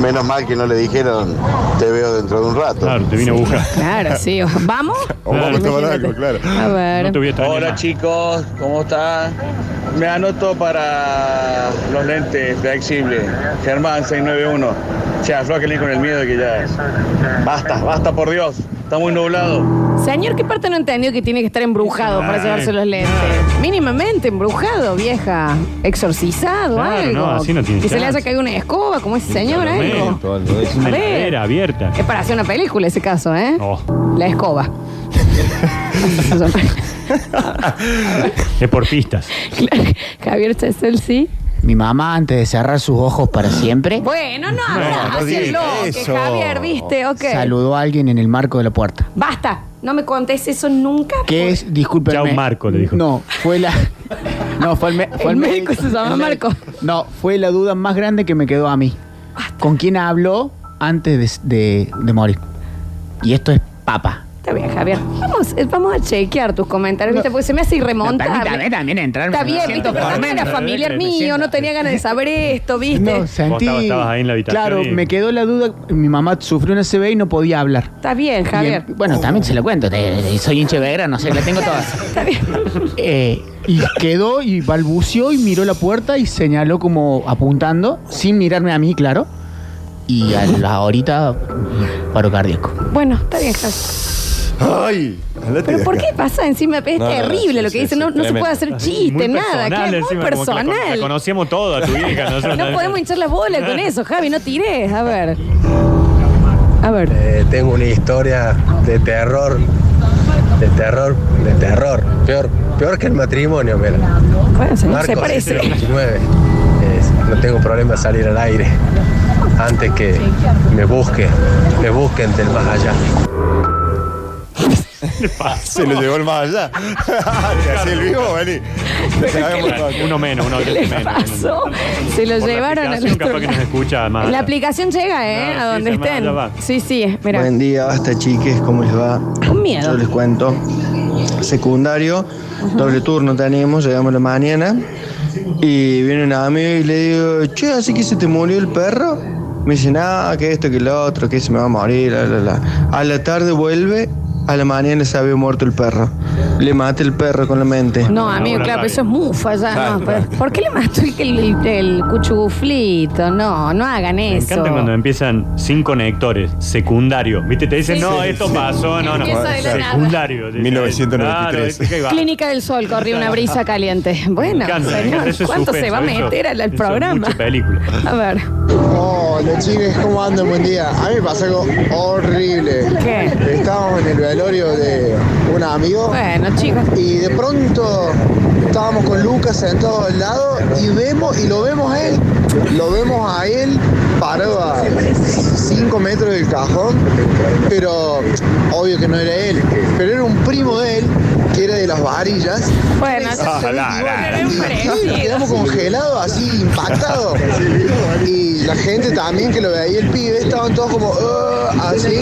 Speaker 8: menos mal que no le dijeron te veo dentro de un rato.
Speaker 1: Claro, te vine a buscar.
Speaker 3: Claro, sí. ¿Vamos?
Speaker 2: O vamos a tomar algo, claro.
Speaker 3: A ver.
Speaker 1: No te voy a extrañar
Speaker 9: Hola
Speaker 1: más.
Speaker 9: chicos, ¿cómo están? Me anoto para los lentes flexibles. Germán 691. Che, aflóquenle con el miedo que ya. Basta, basta por Dios. Está muy nublado.
Speaker 3: Señor, ¿qué parte no entendió que tiene que estar embrujado para
Speaker 1: Ay,
Speaker 3: llevarse los lentes?
Speaker 1: claro.
Speaker 3: Mínimamente embrujado, vieja. Exorcizado,
Speaker 1: Claro,
Speaker 3: algo.
Speaker 1: no, así no tiene
Speaker 3: que se le
Speaker 1: chance.
Speaker 3: haya caído una escoba, como ese señor, algo.
Speaker 1: Solamente. Es una
Speaker 3: A ver.
Speaker 1: heladera abierta.
Speaker 3: Es para hacer una película ese caso, ¿eh?
Speaker 1: Oh.
Speaker 3: La escoba.
Speaker 1: Es por pistas.
Speaker 3: Claro, Javier Chesel, sí.
Speaker 6: Mi mamá, antes de cerrar sus ojos para siempre,
Speaker 3: Bueno, no, no,
Speaker 2: no digas
Speaker 3: hacelo, que
Speaker 2: eso.
Speaker 3: Javier, viste, ok.
Speaker 6: saludó a alguien en el marco de la puerta.
Speaker 3: Basta, no me contés eso nunca.
Speaker 6: ¿Qué es? Disculpe.
Speaker 1: Chao, Marco, le dijo.
Speaker 6: No, fue la. No, fue el, me- fue
Speaker 3: El médico se llama
Speaker 6: el médico.
Speaker 3: Marco.
Speaker 6: No, fue la duda más grande que me quedó a mí. ¿Con quién habló antes de, de- de morir? Y esto es papa.
Speaker 3: Está bien, Javier. Vamos, eh, vamos a chequear tus comentarios, ¿viste? Porque se me hace irremontable.
Speaker 6: Permítame también entrar.
Speaker 3: Está
Speaker 6: me
Speaker 3: bien,
Speaker 6: siento
Speaker 3: ¿viste? Pero también
Speaker 6: tormento.
Speaker 3: era familiar
Speaker 1: Me
Speaker 3: mío,
Speaker 6: siento-
Speaker 3: no tenía ganas de saber esto, ¿viste?
Speaker 6: No, sentí.
Speaker 1: estabas- estabas ahí en la habitación
Speaker 6: Claro,
Speaker 1: y-
Speaker 6: me quedó la duda. Mi mamá sufrió una CB y no podía hablar.
Speaker 3: Está bien, Javier.
Speaker 6: Y en- bueno, también se la cuento. te- te- soy hinche vegra, no sé, la tengo toda.
Speaker 3: Está bien.
Speaker 6: Eh, y quedó y balbuceó y miró la puerta y señaló como apuntando, sin mirarme a mí, claro. Y a la horita, paro cardíaco.
Speaker 3: Bueno, está bien, Javier.
Speaker 2: ¡Ay! Andate
Speaker 3: Pero
Speaker 2: de
Speaker 3: ¿por
Speaker 2: acá.
Speaker 3: qué pasa encima? Es
Speaker 2: No, no,
Speaker 3: terrible
Speaker 2: sí,
Speaker 3: lo que
Speaker 2: sí,
Speaker 3: dice.
Speaker 2: sí,
Speaker 3: No, no se
Speaker 2: tremendo.
Speaker 3: puede hacer chiste,
Speaker 1: Muy
Speaker 3: nada.
Speaker 1: personal
Speaker 3: Claro, muy
Speaker 1: encima, como que la con- La,
Speaker 3: personal.
Speaker 1: conocíamos toda, tu vieja. nosotros.
Speaker 3: No podemos hinchar la bola con eso, Javi, no tires. A ver. A ver.
Speaker 10: Eh, tengo una historia de terror, de terror, de terror. Peor, peor que el matrimonio, mira.
Speaker 3: Bueno, señor, se
Speaker 10: Marcos,
Speaker 3: parece.
Speaker 10: 29. Es- no tengo problema salir al aire antes que me busquen, me busquen del más allá.
Speaker 2: Se lo llevó el más allá. Te hacía el vivo, vení. Hagamos todo.
Speaker 1: Uno menos, uno
Speaker 3: ¿Qué le
Speaker 1: menos.
Speaker 3: pasó? Se lo
Speaker 1: Por la
Speaker 3: llevaron a
Speaker 1: aplicación, capaz que nos escucha más.
Speaker 3: La aplicación llega, ¿eh?
Speaker 1: Claro,
Speaker 3: a
Speaker 1: sí,
Speaker 3: donde
Speaker 1: se llama, ya va.
Speaker 3: estén. Sí, sí, mira.
Speaker 11: Buen día, basta chiques, ¿cómo les va?
Speaker 3: Con miedo.
Speaker 11: Yo les cuento. Secundario, doble turno tenemos, llegamos a la mañana. Y viene un amigo y le digo, che, así que se te murió el perro. Me dice, nada, que esto, que lo otro, que se me va a morir, la, la, la. A la tarde vuelve a la mañana se había muerto el perro. Le maté el perro con la mente.
Speaker 3: No, amigo, claro, pero eso es mufa. Ya,
Speaker 11: Claro,
Speaker 3: no, pero- ¿Por qué le mató el, el, el cuchuflito? No, no hagan
Speaker 1: Me
Speaker 3: eso.
Speaker 1: encanta cuando empiezan sin conectores, secundario. ¿Viste? Te dicen,
Speaker 3: Sí,
Speaker 1: no,
Speaker 3: sí,
Speaker 1: esto
Speaker 3: sí.
Speaker 1: pasó, no, no.
Speaker 3: Empieza de la nada.
Speaker 1: Secundario.
Speaker 2: 1993.
Speaker 1: Claro, es que ahí va.
Speaker 3: Clínica del Sol, corrió una brisa caliente. Bueno,
Speaker 1: Me encanta, me
Speaker 3: señor,
Speaker 1: encanta, eso es
Speaker 3: ¿cuánto se
Speaker 1: suspenso,
Speaker 3: va a
Speaker 1: eso-
Speaker 3: meter al, al
Speaker 1: eso es
Speaker 3: programa?
Speaker 1: mucha película.
Speaker 3: A ver,
Speaker 12: Hola chicos, ¿cómo andan? Buen día. A mí me pasó algo horrible.
Speaker 3: ¿Qué?
Speaker 12: Estábamos en el velorio de un amigo.
Speaker 3: Bueno, chicos.
Speaker 12: Y de pronto estábamos con Lucas sentado al lado y vemos, y lo vemos a él. Lo vemos a él parado a 5 metros del cajón. Pero obvio que no era él. Pero era un primo de él que era de las varillas.
Speaker 3: Bueno,
Speaker 12: Y quedamos congelados, así impactados. Y la gente también que lo veía, el pibe, estaban todos como "Ah", así.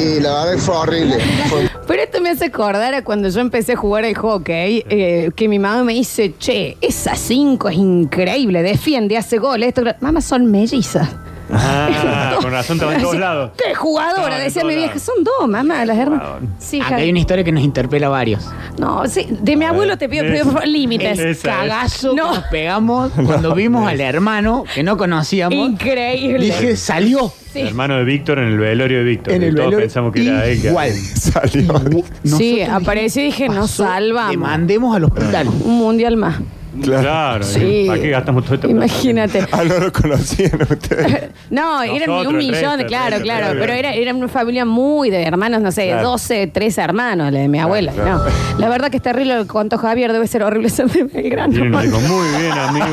Speaker 12: Y la verdad que fue horrible. Fue-
Speaker 3: pero esto me hace acordar a cuando yo empecé a jugar al hockey, eh, que mi mamá me dice, che, esa 5 es increíble, defiende, hace goles. Esto, mamá, son mellizas.
Speaker 1: Ah, con razón estaba en todos
Speaker 3: Así,
Speaker 1: lados.
Speaker 3: Qué
Speaker 1: Estaban
Speaker 3: jugadora,
Speaker 1: en
Speaker 3: decía
Speaker 1: todos
Speaker 3: mi
Speaker 1: lados.
Speaker 3: vieja, son dos, mamá, las hermanas. Sí,
Speaker 6: Acá
Speaker 3: hija.
Speaker 6: hay una historia que nos interpela a varios.
Speaker 3: No, sí, de mi abuelo te pido,
Speaker 6: Esa-
Speaker 3: pido, por favor, límites.
Speaker 6: El cagazo
Speaker 3: No.
Speaker 6: que nos pegamos cuando vimos al hermano que no conocíamos.
Speaker 3: Increíble.
Speaker 6: Dije, salió.
Speaker 3: Sí.
Speaker 1: El hermano de Víctor en el velorio de Víctor.
Speaker 6: En
Speaker 1: que
Speaker 6: el
Speaker 1: todos
Speaker 6: velorio
Speaker 1: pensamos que era él. que-
Speaker 6: igual.
Speaker 2: Salió.
Speaker 3: sí, apareció y dije, nos salvamos.
Speaker 6: Demandemos al hospital.
Speaker 3: Un mundial más.
Speaker 1: Claro. ¿eh?
Speaker 3: Sí.
Speaker 1: ¿Para qué gastamos todo esto?
Speaker 3: Imagínate.
Speaker 2: Ah, no lo conocían ustedes.
Speaker 3: No, eran
Speaker 1: Nosotros,
Speaker 3: un millón,
Speaker 1: trece,
Speaker 3: claro,
Speaker 1: trece,
Speaker 3: claro.
Speaker 1: claro.
Speaker 3: Pero era, era una familia muy de hermanos, no sé,
Speaker 1: Claro.
Speaker 3: 12, 13 hermanos, la de mi abuela.
Speaker 1: claro.
Speaker 3: No. La verdad que es terrible lo que contó Javier, debe ser horrible ser de Belgrano.
Speaker 1: Tienen un hijo. Muy bien, amigo.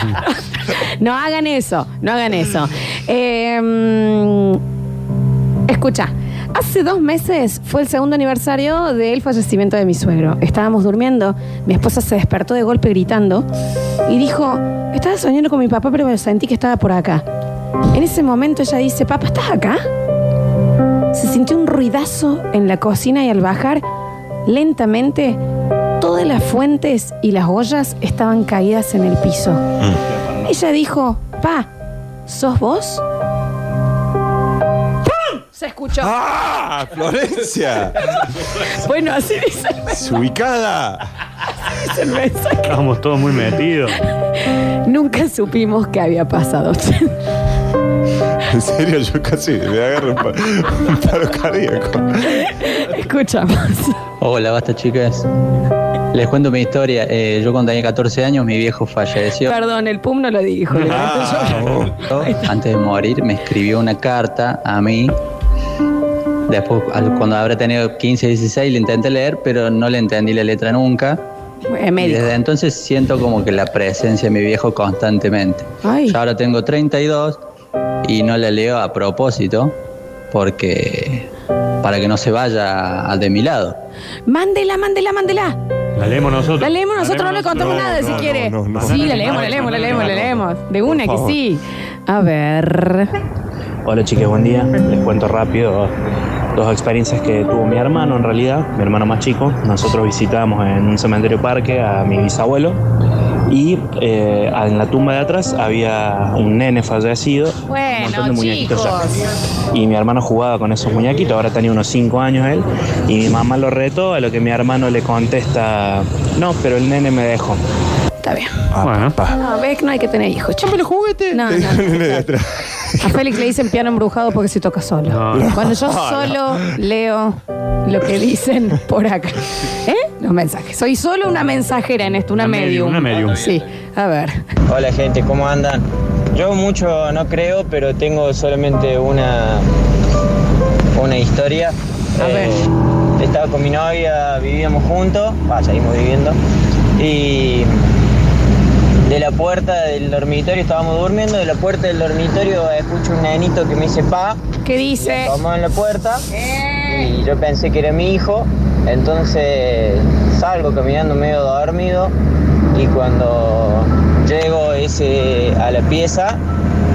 Speaker 3: No hagan eso, no hagan eso. Eh, mm, escucha, hace dos meses fue el segundo aniversario del fallecimiento de mi suegro. Estábamos durmiendo, mi esposa se despertó de golpe gritando y dijo, estaba soñando con mi papá, pero sentí que estaba por acá. En ese momento ella dice, papá, ¿estás acá? Se sintió un ruidazo en la cocina y al bajar, lentamente, todas las fuentes y las ollas estaban caídas en el piso.
Speaker 1: Mm.
Speaker 3: Ella dijo, pa, ¿sos vos? ¡Pum! Se escuchó.
Speaker 2: ¡Ah! ¡Florencia!
Speaker 3: Bueno, así dice,
Speaker 2: ¡Ubicada!
Speaker 3: dice el Este mensaje.
Speaker 1: Estábamos todos muy metidos.
Speaker 3: Nunca supimos qué había pasado.
Speaker 2: En serio, yo casi me agarro un, pa- un paro cardíaco.
Speaker 3: Escuchamos.
Speaker 13: Hola, basta chicas. Les cuento mi historia. Eh, yo cuando tenía 14 años mi viejo falleció.
Speaker 3: Perdón, el pum no lo dijo.
Speaker 1: Ah.
Speaker 13: Antes de morir me escribió una carta a mí. Después, al- cuando habrá tenido 15, 16, le intenté leer, pero no le entendí la letra nunca.
Speaker 3: Eh,
Speaker 13: Y
Speaker 3: médico.
Speaker 13: desde entonces siento como que la presencia de mi viejo constantemente.
Speaker 3: Ay.
Speaker 13: Yo ahora tengo 32 y no la leo a propósito porque para que no se vaya a- de mi lado.
Speaker 3: Mándela, mándela, mándela.
Speaker 1: La leemos nosotros.
Speaker 3: La leemos nosotros, no le contamos nada si quiere. Sí, la leemos, la leemos, la leemos, la leemos. De una que
Speaker 14: favor.
Speaker 3: sí. A ver.
Speaker 14: Hola chicas, buen día. Les cuento rápido dos experiencias que tuvo mi hermano en realidad, mi hermano más chico. Nosotros visitamos en un cementerio parque a mi bisabuelo y eh, en la tumba de atrás había un nene fallecido. un montón de
Speaker 3: Bueno,
Speaker 14: muñequitos ya.
Speaker 3: chicos.
Speaker 14: Y mi hermano jugaba con esos muñequitos, ahora tenía unos 5 años él. Y mi mamá lo retó, a lo que mi hermano le contesta, no, pero el nene me dejó. Ah,
Speaker 3: Está bien.
Speaker 1: Bueno.
Speaker 3: No, ves que no hay que tener hijos. Chápame los juguetes. No, no. A Félix le dicen piano embrujado porque se toca solo.
Speaker 1: No.
Speaker 3: Cuando yo
Speaker 1: No,
Speaker 3: solo leo lo que dicen por acá. ¿Eh? Los mensajes. Soy solo una mensajera en esto, una,
Speaker 15: Una medium,
Speaker 3: medium.
Speaker 15: una medium.
Speaker 3: Sí, a ver.
Speaker 15: Hola gente, ¿cómo andan? Yo mucho no creo, pero tengo solamente una, una historia. Eh, estaba con mi novia, vivíamos juntos, va, seguimos viviendo, y de la puerta del dormitorio, estábamos durmiendo, de la puerta del dormitorio escucho un nenito que me dice pa.
Speaker 3: ¿Qué dice?
Speaker 15: Vamos en la puerta. Y yo pensé que era mi hijo, entonces salgo caminando medio dormido y cuando llego ese, a la pieza,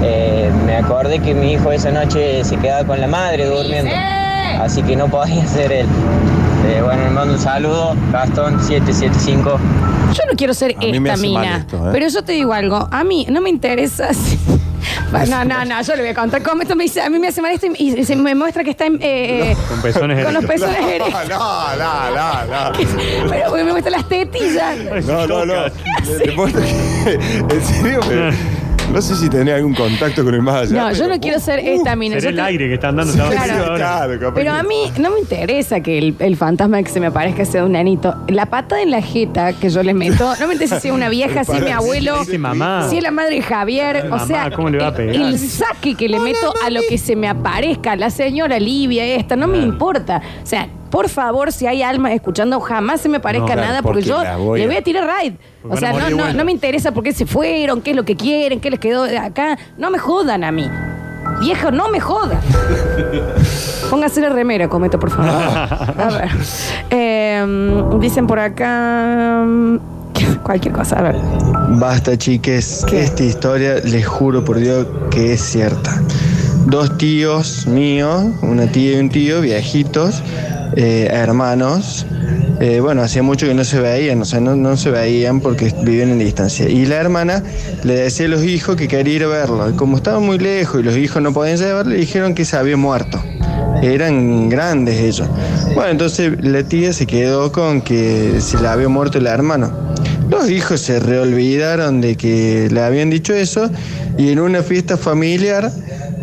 Speaker 15: eh, me acordé que mi hijo esa noche se quedaba con la madre durmiendo, así que no podía ser él. Eh, bueno, le mando un saludo, Gastón 775.
Speaker 3: Yo no quiero ser
Speaker 15: A mí me
Speaker 3: esta
Speaker 15: hace mal
Speaker 3: mina.
Speaker 15: esto, ¿eh?
Speaker 3: Pero yo te digo algo. A mí no me interesa si, No, no, no, yo le voy a contar cómo esto me dice. A mí me hace mal esto y- y se me muestra que está en, eh, eh,
Speaker 1: Con pezones
Speaker 3: con los
Speaker 1: erectos.
Speaker 3: pezones erectos.
Speaker 2: No, no, no, no.
Speaker 3: Pero porque me muestra las tetillas.
Speaker 2: No, no, no. Te muestro que- En serio, pero no sé si tenés algún contacto con el más allá.
Speaker 3: No, yo no quiero ser esta mina.
Speaker 1: Será
Speaker 3: Yo
Speaker 1: el
Speaker 3: te-
Speaker 1: aire que están dando.
Speaker 2: Sí,
Speaker 1: estaba
Speaker 2: claro.
Speaker 1: haciendo ahora.
Speaker 2: Claro, capaz
Speaker 3: Pero
Speaker 2: que-
Speaker 3: a mí no me interesa que el, el fantasma que se me parezca sea un nanito. La pata en la jeta que yo les meto, no me interesa si es una vieja, si es mi abuelo,
Speaker 1: Dice mamá.
Speaker 3: si es la madre de Javier. O
Speaker 1: Mamá,
Speaker 3: sea,
Speaker 1: ¿cómo le va a pegar?
Speaker 3: el saque que le meto a lo que se me aparezca, la señora Livia, esta, no me importa. O sea, por favor, si hay almas escuchando, jamás se me
Speaker 2: No,
Speaker 3: parezca
Speaker 2: claro,
Speaker 3: nada porque,
Speaker 2: porque
Speaker 3: yo
Speaker 2: la voy
Speaker 3: le
Speaker 2: a-
Speaker 3: voy a tirar raid. O
Speaker 2: van a
Speaker 3: sea, no,
Speaker 2: morir
Speaker 3: no-
Speaker 2: buenas.
Speaker 3: no me interesa por qué se fueron, qué es lo que quieren, qué les quedó de acá. No me jodan a mí. Viejo, no me jodan. Póngase la remera, cometa, por favor. A ver. Eh, dicen por acá. mm, Cualquier cosa, a ver.
Speaker 11: Basta, chiques. Esta historia, les juro por Dios que es cierta. Dos tíos míos, una tía y un tío, viejitos, eh, hermanos. eh, bueno, hacía mucho que no se veían, o sea, no, no se veían porque vivían en distancia. Y la hermana le decía a los hijos que quería ir a verlo. Y como estaban muy lejos y los hijos no podían llevarlo, le dijeron que se había muerto. Eran grandes ellos. Bueno, entonces la tía se quedó con que se le había muerto el hermano. Los hijos se reolvidaron de que le habían dicho eso y en una fiesta familiar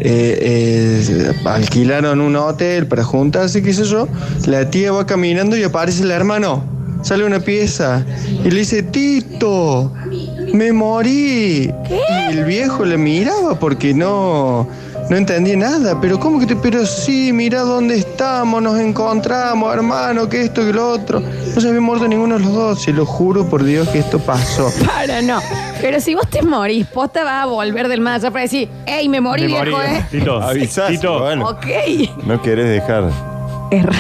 Speaker 11: eh, eh, alquilaron un hotel para juntarse, qué sé yo. La tía va caminando y aparece el hermano. Sale una pieza y le dice, Tito, me morí. Y el viejo le miraba porque no, no entendía nada. Pero ¿cómo que te... Pero sí, mira dónde estamos, nos encontramos, hermano, que esto, que lo otro. No se había muerto ninguno de los dos, se lo juro por Dios que esto pasó.
Speaker 3: Para, no. Pero si vos te morís, posta va a volver del más allá para decir, ¡Ey, me morí,
Speaker 2: Me
Speaker 3: viejo,
Speaker 2: morí.
Speaker 3: eh!
Speaker 1: Tito,
Speaker 2: Avisás,
Speaker 1: Tito.
Speaker 2: bueno.
Speaker 3: Ok.
Speaker 2: No querés dejar.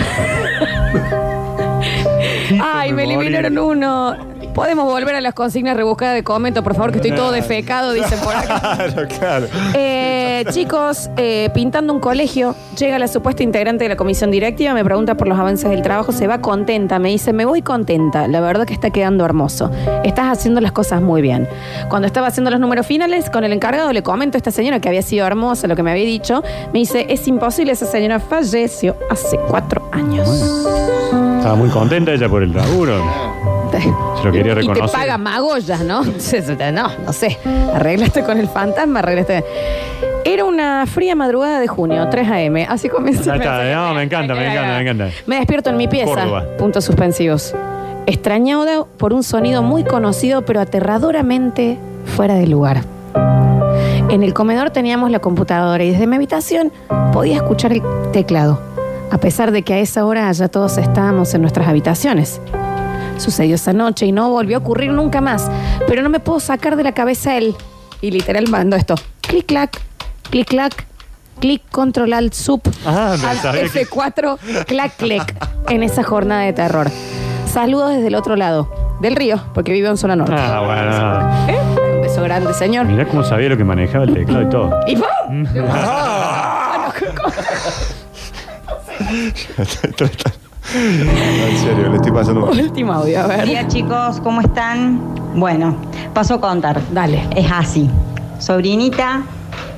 Speaker 3: Ay, me
Speaker 2: me morí.
Speaker 3: eliminaron uno. Podemos volver a las consignas rebuscadas de comento, por favor, que estoy todo defecado, dicen por acá.
Speaker 2: Claro, claro.
Speaker 3: Eh, chicos, eh, pintando un colegio, llega la supuesta integrante de la comisión directiva, me pregunta por los avances del trabajo, se va contenta, me dice, me voy contenta, la verdad que está quedando hermoso, estás haciendo las cosas muy bien. Cuando estaba haciendo los números finales, con el encargado le comento a esta señora que había sido hermosa, lo que me había dicho, me dice, es imposible, esa señora falleció hace cuatro años.
Speaker 1: Estaba muy contenta ella por el laburo. Se lo quería
Speaker 3: Y te
Speaker 1: reconocer.
Speaker 3: paga magollas, ¿no? No, no sé. Arreglaste con el fantasma, arreglaste. Era una fría madrugada de junio, 3 a.m. Así comienza.
Speaker 1: Ya
Speaker 3: el mensaje.
Speaker 1: está, no, me encanta, me encanta, me encanta.
Speaker 3: Me despierto en mi pieza.
Speaker 1: Córdoba.
Speaker 3: Puntos suspensivos. Extrañado por un sonido muy conocido, pero aterradoramente fuera de lugar. En el comedor teníamos la computadora y desde mi habitación podía escuchar el teclado, a pesar de que a esa hora ya todos estábamos en nuestras habitaciones. Sucedió esa noche y no volvió a ocurrir nunca más, pero no me puedo sacar de la cabeza él. Y literal mando esto. Clic, clac, clic, clac, clic, control, alt, sup.
Speaker 1: Ah, me
Speaker 3: Al
Speaker 1: sabía que-
Speaker 3: F4, clac, clac, en esa jornada de terror. Saludos desde el otro lado, del río, porque vivo en zona norte.
Speaker 1: Ah, bueno.
Speaker 3: Un beso grande, señor.
Speaker 1: Mirá cómo sabía lo que manejaba el teclado y todo.
Speaker 3: ¿Y vos?
Speaker 2: en serio, le estoy pasando mal.
Speaker 3: Último audio, a ver.
Speaker 16: Hola chicos, ¿cómo están? Bueno, paso a contar.
Speaker 3: Dale.
Speaker 16: Es así. Sobrinita,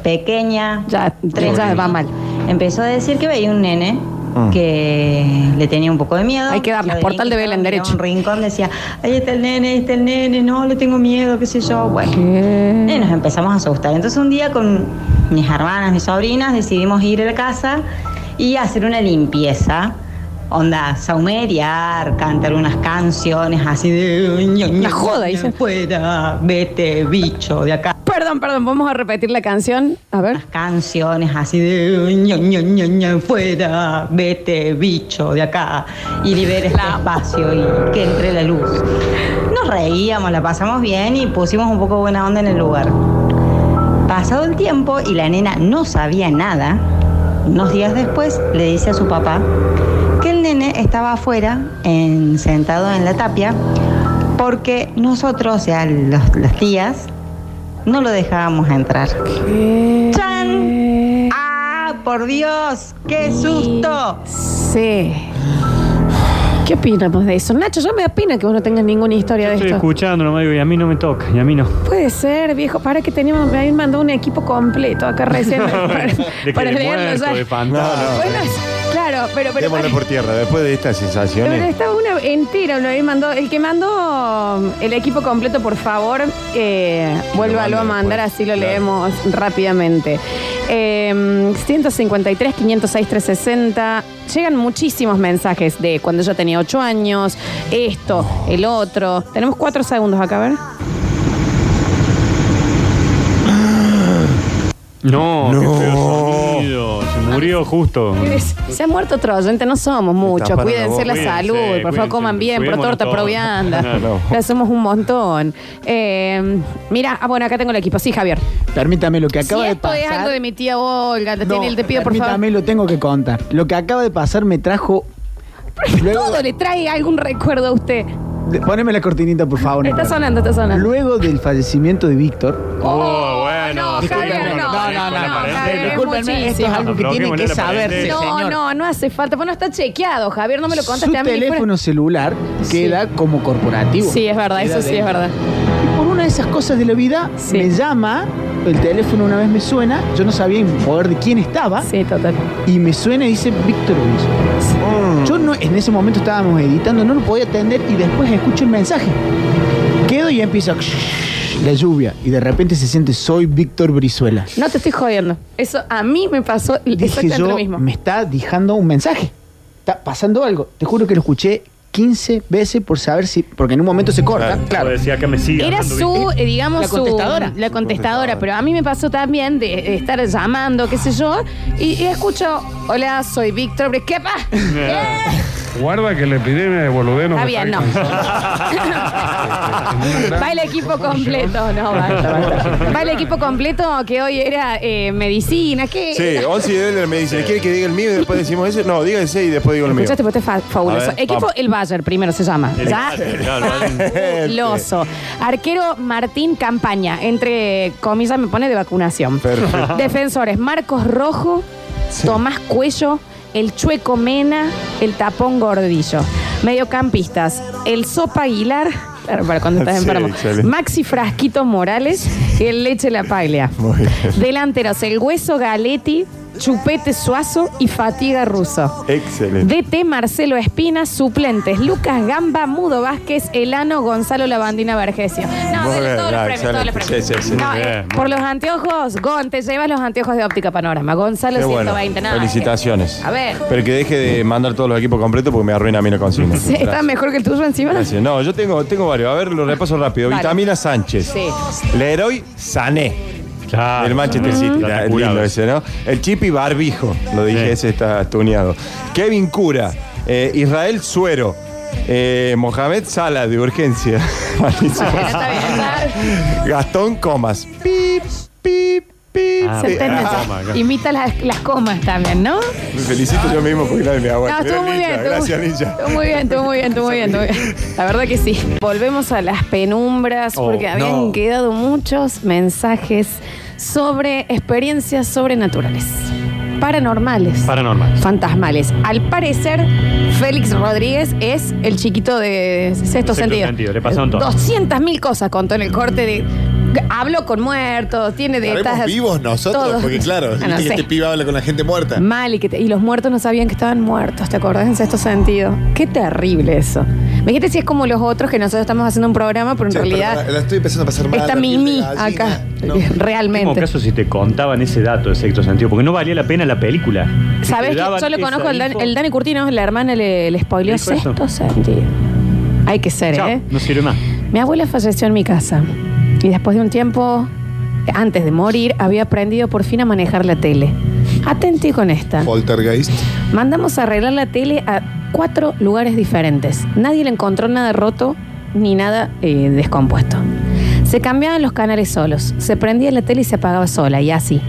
Speaker 16: pequeña.
Speaker 3: Ya,
Speaker 16: tres
Speaker 3: ya
Speaker 16: años,
Speaker 3: va mal.
Speaker 16: Empezó a decir que veía un nene
Speaker 3: Mm.
Speaker 16: que le tenía un poco de miedo.
Speaker 3: Hay que darle,
Speaker 16: La
Speaker 3: portal de Belén,
Speaker 16: miraba
Speaker 3: derecho.
Speaker 16: a Un rincón decía, ahí está el nene, ahí está el nene, no, le tengo miedo, qué sé yo. Bueno, y nos empezamos a asustar. Entonces un día con mis hermanas, mis sobrinas, decidimos ir a la casa y hacer una limpieza. Onda, saumerear, cantar unas canciones así de...
Speaker 3: La joda, dice.
Speaker 16: Fuera, vete, bicho, de acá.
Speaker 3: Perdón, perdón, vamos a repetir la canción. A ver.
Speaker 16: Canciones así de... "Ña, ña, ña, ña, Fuera, vete, bicho, de acá. Y libera este espacio y que entre la luz. Nos reíamos, la pasamos bien y pusimos un poco buena onda en el lugar. Pasado el tiempo y la nena no sabía nada, unos días después le dice a su papá que el nene estaba afuera, en- sentado en la tapia, porque nosotros, o sea, los- las tías, no lo dejábamos entrar. ¡Chan! ¡Ah, por Dios! ¡Qué susto!
Speaker 3: Sí. ¿Qué opinamos de eso? Nacho, yo me da pena que vos no tengas ninguna historia de
Speaker 1: Estoy
Speaker 3: esto.
Speaker 1: escuchando nomás digo, y a mí no me toca, y a mí no.
Speaker 3: Puede ser, viejo. Para que teníamos, me habían mandado un equipo completo acá recién. para
Speaker 1: De
Speaker 3: para
Speaker 1: que de
Speaker 3: leerlo
Speaker 1: muerto,
Speaker 3: ya.
Speaker 1: de fantasma.
Speaker 2: No, no.
Speaker 3: Bueno, es- claro, pero. pero
Speaker 2: Démosle por tierra, después de estas
Speaker 3: pero
Speaker 2: sensaciones.
Speaker 3: estaba una entera, lo había mandado. El que mandó um, el equipo completo, por favor, eh, vuélvalo a mandar, así lo leemos rápidamente. Eh, 153, 506, 360. Llegan muchísimos mensajes de cuando yo tenía 8 años, esto, el otro. Tenemos 4 segundos acá, a ver.
Speaker 1: No, qué feo sonido. Se murió justo.
Speaker 3: Mires, Se ha muerto otro oyente, no somos muchos.
Speaker 1: Taparon la
Speaker 3: Cuídense
Speaker 1: boca.
Speaker 3: la
Speaker 1: Cuídense,
Speaker 3: salud, por
Speaker 1: cuídense,
Speaker 3: favor, coman bien, pro
Speaker 1: cuidémonos
Speaker 3: torta, pro
Speaker 1: todos.
Speaker 3: vianda.
Speaker 1: Claro.
Speaker 3: Ya somos un montón. Eh, mira, ah, bueno, acá tengo el equipo. Sí, Javier.
Speaker 6: Permítame lo que
Speaker 3: Si
Speaker 6: acaba de
Speaker 3: esto
Speaker 6: pasar.
Speaker 3: es algo de mi tía Olga, te,
Speaker 6: No,
Speaker 3: tiene- te pido por favor.
Speaker 6: Permítame, lo tengo que contar. Lo que acaba de pasar me trajo.
Speaker 3: Todo le trae algún recuerdo a usted.
Speaker 6: de- Poneme la cortinita, por favor.
Speaker 3: Está
Speaker 6: Nicolás.
Speaker 3: sonando, está sonando.
Speaker 6: Luego del fallecimiento de Víctor.
Speaker 1: Oh, bueno.
Speaker 3: Javier, Ah, no, no, no, no, Javier, es
Speaker 6: Discúlpenme, esto es
Speaker 3: muchísimo.
Speaker 6: algo que tiene que saberse,
Speaker 3: No,
Speaker 6: señor.
Speaker 3: no, no hace falta. Pues no está chequeado, Javier, no me lo
Speaker 6: Su
Speaker 3: contaste a mí. ni fuera-
Speaker 6: teléfono celular queda como corporativo.
Speaker 3: Sí, es verdad,
Speaker 6: Queda
Speaker 3: eso sí es
Speaker 6: dentro.
Speaker 3: verdad.
Speaker 6: Y por una de esas cosas de la vida, me llama, el teléfono una vez me suena, yo no sabía en poder de quién estaba.
Speaker 3: Sí, total.
Speaker 6: Y me suena y dice Víctor Wilson. Yo no, en ese momento estábamos editando, no lo podía atender y después escucho el mensaje. Quedo y empieza la lluvia y de repente se siente soy Víctor Brizuela.
Speaker 3: No te estoy jodiendo. Eso a mí me pasó
Speaker 6: Dije
Speaker 3: exactamente lo
Speaker 6: yo,
Speaker 3: mismo.
Speaker 6: me está dejando un mensaje. Está pasando algo. Te juro que lo escuché 15 veces por saber si. Porque en un momento se corta. Claro.
Speaker 1: decía que me siga.
Speaker 3: Era
Speaker 1: hablando,
Speaker 3: su,
Speaker 1: ¿viste?
Speaker 3: eh, digamos,
Speaker 6: La
Speaker 3: su-
Speaker 6: contestadora.
Speaker 3: la contestadora, pero a mí me pasó también de, de estar llamando, qué sé yo, y, y escucho, hola, soy Víctor, Bre- ¿qué pasa?
Speaker 17: Guarda que la epidemia de boludeo
Speaker 3: Está bien, no. Va el equipo completo, no, basta, basta. Va el equipo completo que hoy era eh, medicina, ¿qué?
Speaker 2: Sí,
Speaker 3: era?
Speaker 2: 11 y Deller me dice, ¿quiere que diga el mío y después decimos ese? No, diga ese y después digo el mío.
Speaker 3: Escuchaste, pues este es fa- fabuloso.
Speaker 2: A ver,
Speaker 3: Equipo
Speaker 2: vamos.
Speaker 3: El Bayer, primero se llama.
Speaker 2: El
Speaker 3: ¿Ya?
Speaker 2: Bayer, claro,
Speaker 3: Fabuloso. Arquero Martín Campaña, entre comillas me pone de vacunación.
Speaker 2: Perfecto.
Speaker 3: Defensores Marcos Rojo, Tomás Cuello, el Chueco Mena, el Tapón Gordillo. Mediocampistas, el Sopa Aguilar. claro, para cuando estás
Speaker 2: Sí,
Speaker 3: enfermo.
Speaker 2: excelente.
Speaker 3: Maxi Frasquito Morales y el Leche La Paglia.
Speaker 2: Muy bien.
Speaker 3: Delanteros, el Hueso Galetti, Chupete Suazo y Fatiga Russo.
Speaker 2: Excelente.
Speaker 3: DT Marcelo Espina, suplentes Lucas Gamba, Mudo Vázquez, Elano Gonzalo Lavandina Vergesio. No,
Speaker 2: Muy
Speaker 3: dale
Speaker 2: bien,
Speaker 3: todos los
Speaker 2: ah,
Speaker 3: premios, todos los
Speaker 2: excelente.
Speaker 3: premios.
Speaker 2: Sí, sí, sí.
Speaker 3: No,
Speaker 2: Muy
Speaker 3: eh,
Speaker 2: bien, muy
Speaker 3: por los anteojos, Gon, te llevas los anteojos de óptica panorama. Gonzalo
Speaker 2: Qué bueno.
Speaker 3: 120, nada. eh.
Speaker 2: Felicitaciones.
Speaker 3: A ver.
Speaker 2: Pero que deje de mandar todos los equipos completos porque me arruina a mí la consigna.
Speaker 3: Sí, eh. está
Speaker 2: Gracias.
Speaker 3: mejor que el tuyo encima.
Speaker 2: Gracias. No, yo tengo, tengo varios. A ver, lo repaso rápido.
Speaker 3: Vale.
Speaker 2: Vitamina Sánchez.
Speaker 3: Sí.
Speaker 2: Leroy Sané. El Manchester
Speaker 1: Ujú.
Speaker 2: City,
Speaker 1: Está
Speaker 2: la-
Speaker 1: curado
Speaker 2: lindo ese, ¿no? El Chipi Barbijo, lo dije, ese está tuneado. Kevin Cura, eh, Israel Suero, eh, Mohamed Sala de urgencia. Gastón Comas. Pip, pip, pip.
Speaker 3: Se entiende,
Speaker 2: Ah,
Speaker 3: ya. Imita las, las comas también, ¿no?
Speaker 2: Me felicito yo mismo por ir de mi abuela.
Speaker 3: No, estuvo muy bien. estuvo-
Speaker 2: Gracias, Ninja.
Speaker 3: Estuvo muy bien, estuvo muy bien, estuvo muy bien, estuvo muy bien. La verdad que sí. Volvemos a las penumbras
Speaker 2: Oh,
Speaker 3: porque habían
Speaker 2: no.
Speaker 3: quedado muchos mensajes sobre experiencias sobrenaturales, paranormales,
Speaker 1: Paranormal.
Speaker 3: fantasmales. Al parecer, Félix Rodríguez es el chiquito de sexto,
Speaker 1: Sexto sentido, le pasaron todo.
Speaker 3: 200 mil cosas contó en el corte de... Habló con muertos, tiene de...
Speaker 18: ¿Estaremos
Speaker 3: estas-
Speaker 18: vivos nosotros?
Speaker 3: todo.
Speaker 18: Porque claro, viste
Speaker 3: Ah, no
Speaker 18: que
Speaker 3: sé.
Speaker 18: este pibe habla con la gente muerta.
Speaker 3: Mal, y, que te- y los muertos no sabían que estaban muertos, ¿te acordás? En sexto sentido. Qué terrible eso. Me dijiste si es como los otros que nosotros estamos haciendo un programa, pero en
Speaker 18: Che,
Speaker 3: realidad
Speaker 18: perdón, la estoy empezando a pasar mal.
Speaker 3: está
Speaker 18: la piel
Speaker 3: Mimi
Speaker 18: de gallina.
Speaker 3: acá,
Speaker 18: No.
Speaker 1: En
Speaker 3: realmente.
Speaker 1: caso si te contaban ese dato de sexto sentido, porque no valía la pena la película. Si te
Speaker 3: ¿Sabés que
Speaker 1: daban
Speaker 3: yo lo
Speaker 1: esa
Speaker 3: conozco? El, Dan-
Speaker 1: info,
Speaker 3: el Dani Curtino, la hermana le, le spoileó
Speaker 1: Dijo eso.
Speaker 3: sexto sentido. Hay que ser,
Speaker 1: chao,
Speaker 3: ¿eh?
Speaker 1: No sirve más.
Speaker 3: Mi abuela falleció en mi casa y después de un tiempo, antes de morir, había aprendido por fin a manejar la tele. Atentí con esta.
Speaker 18: Poltergeist.
Speaker 3: Mandamos a arreglar la tele a cuatro lugares diferentes. Nadie le encontró nada roto ni nada eh, descompuesto. Se cambiaban los canales solos. Se prendía la tele y se apagaba sola, y así.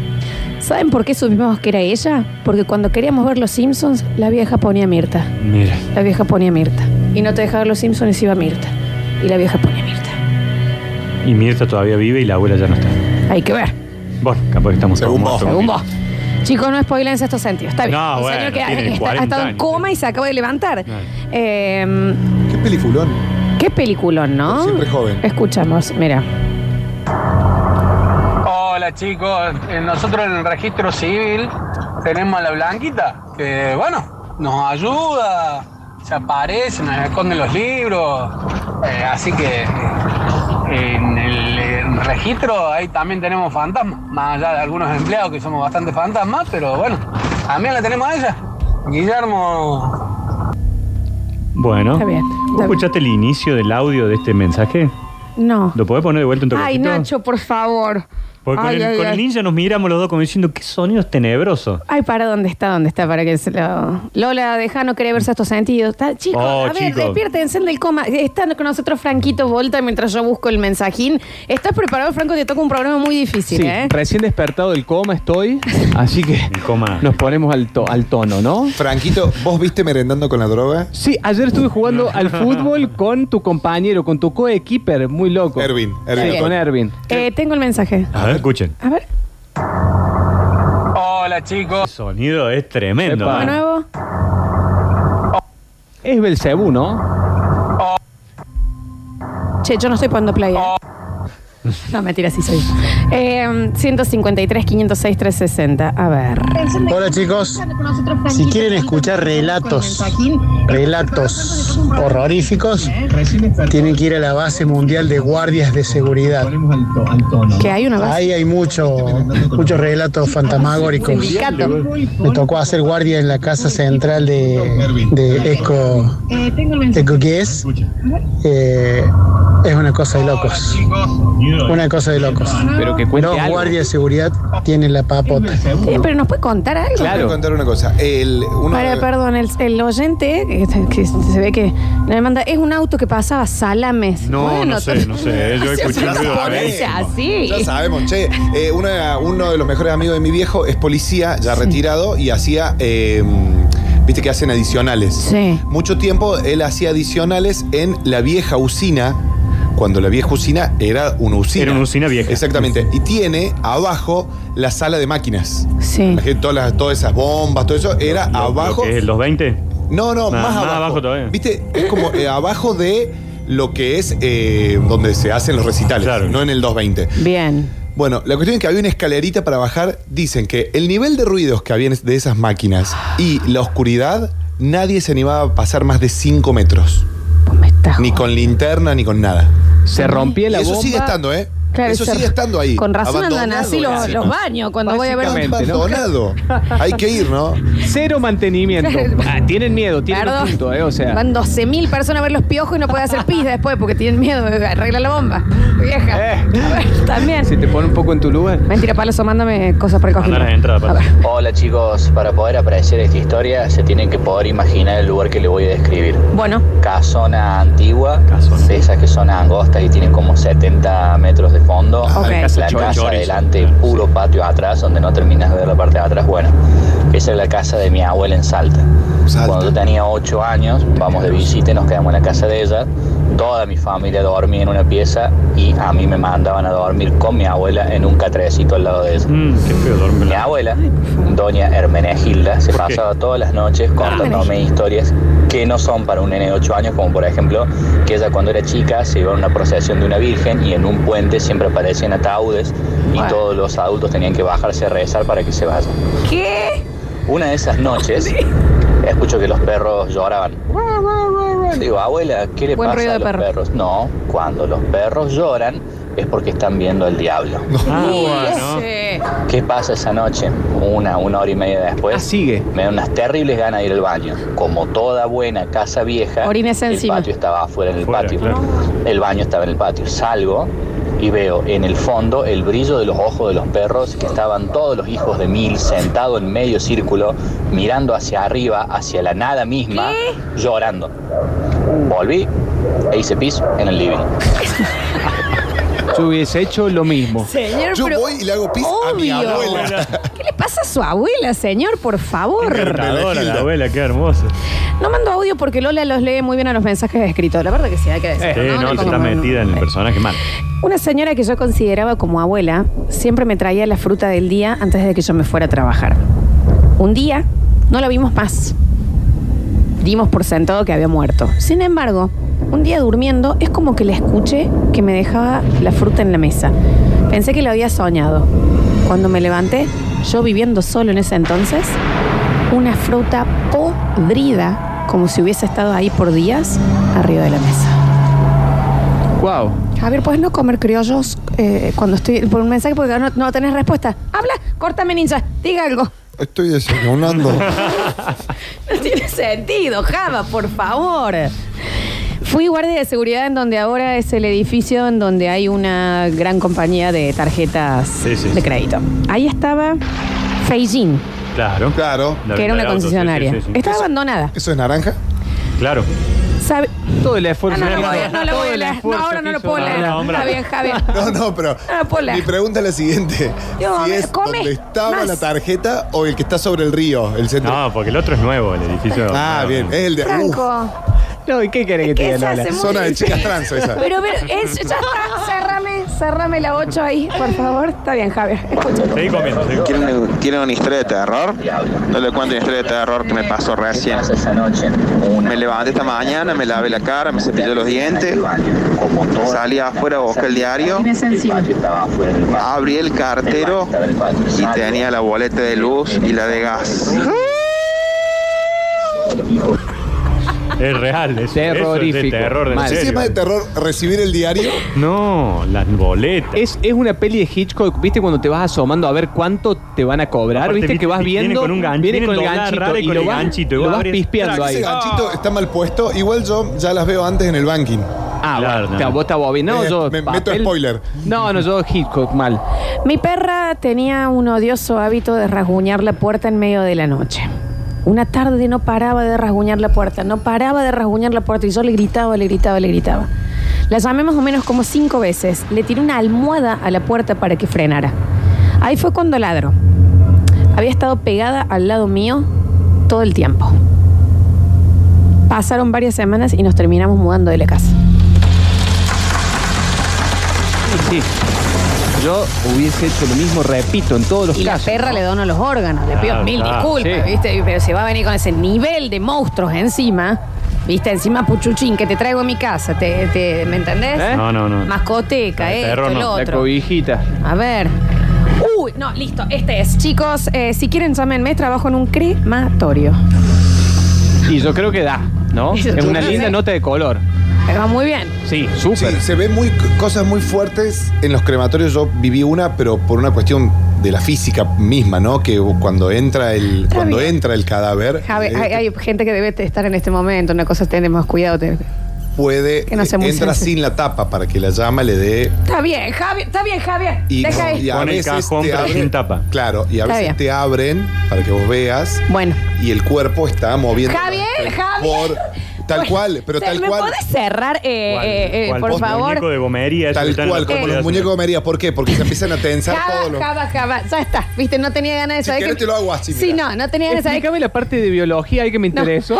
Speaker 3: ¿Saben por qué supimos que era ella? Porque cuando queríamos ver Los Simpsons, la vieja ponía Mirta.
Speaker 1: Mira.
Speaker 3: La vieja ponía Mirta. Y no te dejaba ver Los Simpsons y se iba Mirta. Y la vieja ponía Mirta.
Speaker 1: Y Mirta todavía vive y la abuela ya no está.
Speaker 3: Hay que ver.
Speaker 1: Bueno, capaz que estamos
Speaker 18: Según
Speaker 1: todos
Speaker 18: vos.
Speaker 1: muertos.
Speaker 3: Según vos. Chicos, no spoilense estos sentidos. Está bien.
Speaker 1: No,
Speaker 3: Un
Speaker 1: bueno,
Speaker 3: señor que ha-
Speaker 1: tiene
Speaker 3: está- ha
Speaker 1: 40
Speaker 3: estado en
Speaker 1: años.
Speaker 3: coma y se acaba de levantar.
Speaker 1: Claro.
Speaker 3: Eh,
Speaker 18: Qué peliculón.
Speaker 3: qué peliculón, ¿no?
Speaker 18: Siempre joven.
Speaker 3: Escuchamos, mira.
Speaker 19: Hola chicos, Eh, nosotros en el registro civil tenemos a la blanquita, que bueno, nos ayuda, se aparece, nos esconde los libros, Eh, así que eh, en el eh, registro ahí también tenemos fantasmas, más allá de algunos empleados que somos bastante fantasmas, pero bueno, también la tenemos a ella, Guillermo.
Speaker 1: Bueno.
Speaker 3: Está bien,
Speaker 1: ¿Vos
Speaker 3: está bien.
Speaker 1: escuchaste el inicio del audio de este mensaje?
Speaker 3: No.
Speaker 1: ¿Lo podés poner de vuelta en tu
Speaker 3: Ay, Nacho, por favor.
Speaker 1: Porque con,
Speaker 3: Ay,
Speaker 1: el,
Speaker 3: ay,
Speaker 1: con
Speaker 3: ay.
Speaker 1: el ninja nos miramos los dos como diciendo, qué sonidos tenebrosos.
Speaker 3: Ay, para dónde está, dónde está, para que se lo. Lola, deja no querer verse a estos sentidos. Está- chicos,
Speaker 1: Oh,
Speaker 3: a ver,
Speaker 1: chicos.
Speaker 3: despiértense del coma. Está con nosotros Franquito Volta mientras yo busco el mensajín. ¿Estás preparado, Franco? Te toca un programa muy difícil,
Speaker 20: Sí,
Speaker 3: ¿eh?
Speaker 20: recién despertado del coma estoy, así que nos ponemos al, to- al tono, ¿no?
Speaker 18: Franquito, ¿vos viste merendando con la droga?
Speaker 20: Sí, ayer estuve jugando al fútbol con tu compañero, con tu coequiper, muy loco. Ervin,
Speaker 18: Ervin.
Speaker 20: Sí, con Ervin.
Speaker 3: Eh, tengo el mensaje.
Speaker 1: A ver, escuchen.
Speaker 3: A ver,
Speaker 19: Hola chicos.
Speaker 1: El sonido es tremendo.
Speaker 20: Epa.
Speaker 3: de nuevo.
Speaker 20: Es Belcebú, ¿no?
Speaker 3: Che, yo no estoy poniendo play. ¿eh?
Speaker 20: Oh.
Speaker 3: No, mentira, sí soy. Eh, 153, 506, 360. A ver.
Speaker 21: Hola chicos, si quieren escuchar relatos, relatos horroríficos, tienen que ir a la base mundial de guardias de seguridad.
Speaker 3: Que hay una
Speaker 21: Ahí hay mucho, muchos relatos fantasmagóricos.
Speaker 3: Sindicato.
Speaker 21: Me tocó hacer guardia en la casa central de, de Eco, Eco que es. Eh, es una cosa de locos. Una cosa de locos.
Speaker 20: Pero que cuente
Speaker 21: Los
Speaker 20: algo.
Speaker 21: guardias de seguridad tienen la papota.
Speaker 3: Eh, pero nos puede contar algo.
Speaker 21: Claro.
Speaker 18: Quiero contar una cosa. El, uno-
Speaker 3: Para, perdón, el, el oyente eh, que, que se ve que me manda, es un auto que pasaba salames.
Speaker 18: No,
Speaker 3: Pues, Bueno,
Speaker 18: no sé, no sé, eh, yo escuché
Speaker 3: Ya
Speaker 18: un ruido
Speaker 3: ponerse
Speaker 18: rarísimo.
Speaker 3: así.
Speaker 18: Ya sabemos, che. eh, una- uno de los mejores amigos de mi viejo es policía, ya retirado, y hacía. eh, Viste que hacen adicionales.
Speaker 3: Sí.
Speaker 18: Mucho tiempo él hacía adicionales en la vieja usina. Cuando la vieja usina era una usina. Era una usina vieja. Exactamente. Y tiene abajo la sala de máquinas.
Speaker 3: Sí.
Speaker 18: La gente, todas, las- todas esas bombas, todo eso, era abajo.
Speaker 1: ¿Qué es, ¿Los 20?
Speaker 18: No, no,
Speaker 1: Nah,
Speaker 18: más,
Speaker 1: más
Speaker 18: abajo.
Speaker 1: abajo todavía.
Speaker 18: Viste, es como eh, abajo de lo que es eh, donde se hacen los recitales, no en el 220.
Speaker 3: Bien.
Speaker 18: Bueno, la cuestión es que había una escalerita para bajar. Dicen que el nivel de ruidos que había de esas máquinas y la oscuridad, nadie se animaba a pasar más de 5 metros. Ni con linterna, ni con nada.
Speaker 20: Se rompía la
Speaker 18: Y eso
Speaker 20: bomba.
Speaker 18: sigue estando, ¿eh?
Speaker 3: Claro,
Speaker 18: eso
Speaker 3: se-
Speaker 18: sigue estando ahí.
Speaker 3: Con razón andan
Speaker 18: Abandonado
Speaker 3: así los,
Speaker 18: encima.
Speaker 3: los baños cuando voy a ver un
Speaker 20: Básicamente, ¿no?
Speaker 18: Abandonado. Hay que ir, ¿no?
Speaker 20: Cero mantenimiento.
Speaker 3: Claro.
Speaker 20: Ah, tienen miedo, tienen
Speaker 3: Perdón.
Speaker 20: un punto, ¿eh? O sea.
Speaker 3: Van 12.000 personas a ver los piojos y no puede hacer pis después porque tienen miedo de arreglar la bomba. Vieja.
Speaker 20: Eh.
Speaker 3: A ver, también.
Speaker 20: Si te pone un poco en tu lugar.
Speaker 3: Mentira, Palazo, mándame cosas para el cojín. A ver.
Speaker 15: Hola chicos, para poder apreciar esta historia se tienen que poder imaginar el lugar que le voy a describir.
Speaker 3: Bueno.
Speaker 15: Casona antigua, de esas que son angostas y tienen como 70 metros de fondo.
Speaker 22: Ok.
Speaker 15: La
Speaker 22: Chorizo.
Speaker 15: casa adelante, puro patio atrás, donde no terminas de ver la parte de atrás. Bueno, esa es la casa de mi abuela en Salta. Cuando yo tenía 8 años, vamos de visita y nos quedamos en la casa de ella. Toda mi familia dormía en una pieza y a mí me mandaban a dormir con mi abuela en un catrecito al lado de ella. Mi abuela, doña Hermenegilda, se pasaba todas las noches contándome historias que no son para un nene de 8 años, como por ejemplo que ella cuando era chica se iba a una procesión de una virgen y en un puente siempre aparecían ataúdes y todos los adultos tenían que bajarse a rezar para que se vayan.
Speaker 3: ¿Qué?
Speaker 15: Una de esas noches escucho que los perros lloraban. Digo, abuela, ¿qué le
Speaker 3: Buen
Speaker 15: pasa
Speaker 3: ruido
Speaker 15: a
Speaker 3: de
Speaker 15: los
Speaker 3: perro.
Speaker 15: perros? No, cuando los perros lloran es porque están viendo al diablo. Ah,
Speaker 3: Sí.
Speaker 15: ¿Qué pasa esa noche? Una, una hora y media después.
Speaker 20: sigue.
Speaker 15: Me dan unas terribles ganas de ir al baño. Como toda buena casa vieja,
Speaker 3: Orines
Speaker 15: el
Speaker 3: encima.
Speaker 15: patio estaba afuera en el patio. El baño estaba en el patio. Salgo y veo en el fondo el brillo de los ojos de los perros que estaban todos los hijos de Mil sentados en medio círculo, mirando hacia arriba, hacia la nada misma, llorando. Volví e hice pis en el living.
Speaker 20: Yo hubiese hecho lo mismo.
Speaker 3: Señor,
Speaker 18: Yo
Speaker 3: pero Oh.
Speaker 18: voy y le hago pis a mi
Speaker 3: obvio.
Speaker 18: abuela.
Speaker 3: ¿Qué le pasa a su abuela, señor? Por favor.
Speaker 1: Adora la abuela, qué hermoso.
Speaker 3: No mando audio porque Lola los lee muy bien a los mensajes escritos. La verdad que sí, hay que decirlo,
Speaker 1: Sí,
Speaker 3: ¿no?
Speaker 1: no,
Speaker 3: No
Speaker 1: se
Speaker 3: como-
Speaker 1: está metida en el personaje mal.
Speaker 3: Una señora que yo consideraba como abuela siempre me traía la fruta del día antes de que yo me fuera a trabajar. Un día no la vimos más. Dimos por sentado que había muerto. Sin embargo, un día durmiendo es como que la escuché que me dejaba la fruta en la mesa. Pensé que la había soñado. Cuando me levanté, yo viviendo solo en ese entonces, una fruta podrida, como si hubiese estado ahí por días, arriba de la mesa.
Speaker 20: Wow.
Speaker 3: Javier, ¿puedes no comer criollos eh, cuando estoy por un mensaje porque no, no tenés respuesta? Habla, córtame ninja, diga algo.
Speaker 18: Estoy desayunando.
Speaker 3: No tiene sentido, Java, por favor. Fui guardia de seguridad en donde ahora es el edificio en donde hay una gran compañía de tarjetas
Speaker 1: sí,
Speaker 3: de
Speaker 1: sí.
Speaker 3: crédito. Ahí estaba Feijin,
Speaker 1: Claro.
Speaker 18: Claro.
Speaker 3: que era una concesionaria. Estaba abandonada.
Speaker 18: ¿Eso es naranja?
Speaker 1: Claro.
Speaker 3: Sabe-
Speaker 20: Todo el
Speaker 3: Ah,
Speaker 20: esfuerzo.
Speaker 3: no, no lo voy a-
Speaker 20: Todo
Speaker 3: no lo voy a
Speaker 20: el
Speaker 3: leer. No,
Speaker 20: esfuerzo
Speaker 3: ahora no
Speaker 20: que
Speaker 3: lo
Speaker 20: hizo.
Speaker 3: puedo leer.
Speaker 18: No, hombre.
Speaker 3: Está bien, Javier.
Speaker 18: No, no, pero
Speaker 3: No lo puedo leer.
Speaker 18: mi pregunta es la siguiente.
Speaker 3: Digo,
Speaker 18: si
Speaker 3: a ver,
Speaker 18: es
Speaker 3: come
Speaker 18: donde estaba
Speaker 3: más.
Speaker 18: la tarjeta o el que está sobre el río, el centro.
Speaker 1: No, porque el otro es nuevo, el edificio.
Speaker 18: Ah, bien, es el de... Uf,
Speaker 3: Franco.
Speaker 20: No, ¿y qué querés que te
Speaker 3: que
Speaker 20: diga,
Speaker 3: se
Speaker 20: Lola?
Speaker 3: hace muy
Speaker 18: zona de
Speaker 3: difícil.
Speaker 18: chicas trans esa.
Speaker 3: Pero, pero, es, ya está, cerrame, cerrame la 8 ahí, por favor. Está bien, Javier, escúchalo.
Speaker 1: Seguí comiendo. seguí comiendo.
Speaker 2: ¿Quieren, una- quieren una historia de terror? No le cuento una historia de terror que me pasó recién. Me levanté esta mañana, me lavé la cara, me cepillé los dientes, salí afuera a buscar el diario, abrí el cartero y tenía la boleta de luz y la de gas.
Speaker 1: Es real, es Terrorífico. de terror, en
Speaker 18: No sé si es
Speaker 1: serio.
Speaker 18: más de terror recibir el diario.
Speaker 1: No, las boletas.
Speaker 20: Es, es una peli de Hitchcock, ¿viste? Cuando te vas asomando a ver cuánto te van a cobrar,
Speaker 1: Aparte,
Speaker 20: ¿viste? Que
Speaker 1: viste,
Speaker 20: vas
Speaker 1: viene
Speaker 20: viendo.
Speaker 1: con un gancho,
Speaker 20: viene
Speaker 1: viene
Speaker 20: con el
Speaker 1: doblada
Speaker 20: ganchito
Speaker 1: rara y
Speaker 20: y
Speaker 1: con
Speaker 20: lo
Speaker 1: el
Speaker 20: vas,
Speaker 1: ganchito, Ah. y
Speaker 20: lo
Speaker 1: vos
Speaker 20: vas
Speaker 1: abrís-
Speaker 20: pispeando
Speaker 18: Ese
Speaker 20: ahí.
Speaker 18: ganchito está mal puesto. Igual yo ya las veo antes en el banking.
Speaker 20: Ah, bueno, te- vos te abobinás.
Speaker 18: Eh,
Speaker 20: No, yo.
Speaker 18: me- meto spoiler.
Speaker 20: No, no, yo Hitchcock mal.
Speaker 3: Mi perra tenía un odioso hábito de rasguñar la puerta en medio de la noche. Una tarde no paraba de rasguñar la puerta, no paraba de rasguñar la puerta y yo le gritaba, le gritaba, le gritaba. La llamé más o menos como cinco veces. Le tiré una almohada a la puerta para que frenara. Ahí fue cuando ladro. Había estado pegada al lado mío todo el tiempo. Pasaron varias semanas y nos terminamos mudando de la casa.
Speaker 20: Sí. Yo hubiese hecho lo mismo, repito, en todos los
Speaker 3: Y la
Speaker 20: casos.
Speaker 3: perra le donó los órganos, le pido
Speaker 20: Claro,
Speaker 3: mil
Speaker 20: claro,
Speaker 3: disculpas,
Speaker 20: sí.
Speaker 3: ¿viste? Pero se va a venir con ese nivel de monstruos encima, ¿viste? Encima puchuchín que te traigo a mi casa, te, te- ¿me entendés?
Speaker 20: ¿Eh? No, no, no.
Speaker 3: Mascoteca, esto,
Speaker 20: Perro
Speaker 3: el
Speaker 20: no. La
Speaker 3: otro.
Speaker 20: cobijita.
Speaker 3: A ver. Uy, no, listo, este es. Chicos, eh, si quieren llámenme, trabajo en un crematorio.
Speaker 20: Y yo creo que da, ¿no?
Speaker 3: Yo
Speaker 20: Es una
Speaker 3: creo que
Speaker 20: linda
Speaker 3: sí.
Speaker 20: nota de color.
Speaker 3: Me va muy bien.
Speaker 20: Sí, súper.
Speaker 18: Sí, se ven muy, cosas muy fuertes en los crematorios. Yo viví una, pero por una cuestión de la física misma, ¿no? Que cuando entra el, cuando
Speaker 3: bien.
Speaker 18: entra el cadáver,
Speaker 3: Javi,
Speaker 18: eh,
Speaker 3: hay, hay gente que debe estar en este momento, una cosa tenemos cuidado. te-
Speaker 18: puede
Speaker 3: que no sea muy
Speaker 18: entra
Speaker 3: sensible.
Speaker 18: sin la tapa para que la llama le dé
Speaker 3: Está bien, Javi, está bien, Javier.
Speaker 18: y,
Speaker 3: Deja ahí.
Speaker 18: y a
Speaker 1: Pone el
Speaker 18: veces
Speaker 1: cajón,
Speaker 18: te
Speaker 1: pero
Speaker 18: abren-
Speaker 1: sin tapa.
Speaker 18: Claro, y a
Speaker 3: Está bien.
Speaker 18: veces te abren para que vos veas
Speaker 3: Bueno.
Speaker 18: y el cuerpo está moviendo
Speaker 3: Javier, Javier.
Speaker 18: por tal cual, pero tal
Speaker 3: ¿Me
Speaker 18: cual.
Speaker 3: podés cerrar, eh, eh, eh,
Speaker 18: ¿Cuál?
Speaker 3: por
Speaker 18: Vos,
Speaker 3: favor?
Speaker 1: Muñeco de gomería. eso que
Speaker 18: Tal
Speaker 1: está en
Speaker 18: cual,
Speaker 1: la
Speaker 18: como
Speaker 1: tele,
Speaker 18: los muñecos de María. ¿Por qué? Porque se empiezan a tensar todos
Speaker 3: Java,
Speaker 18: los.
Speaker 3: Java, Java. Ya está. Viste, no tenía ganas de
Speaker 18: Si
Speaker 3: saber.
Speaker 18: querés
Speaker 3: que-
Speaker 18: te lo hago así,
Speaker 3: Sí,
Speaker 18: mirá.
Speaker 3: no, no tenía ganas de saber. que-
Speaker 20: Explícame la parte de biología, ahí que me interesó.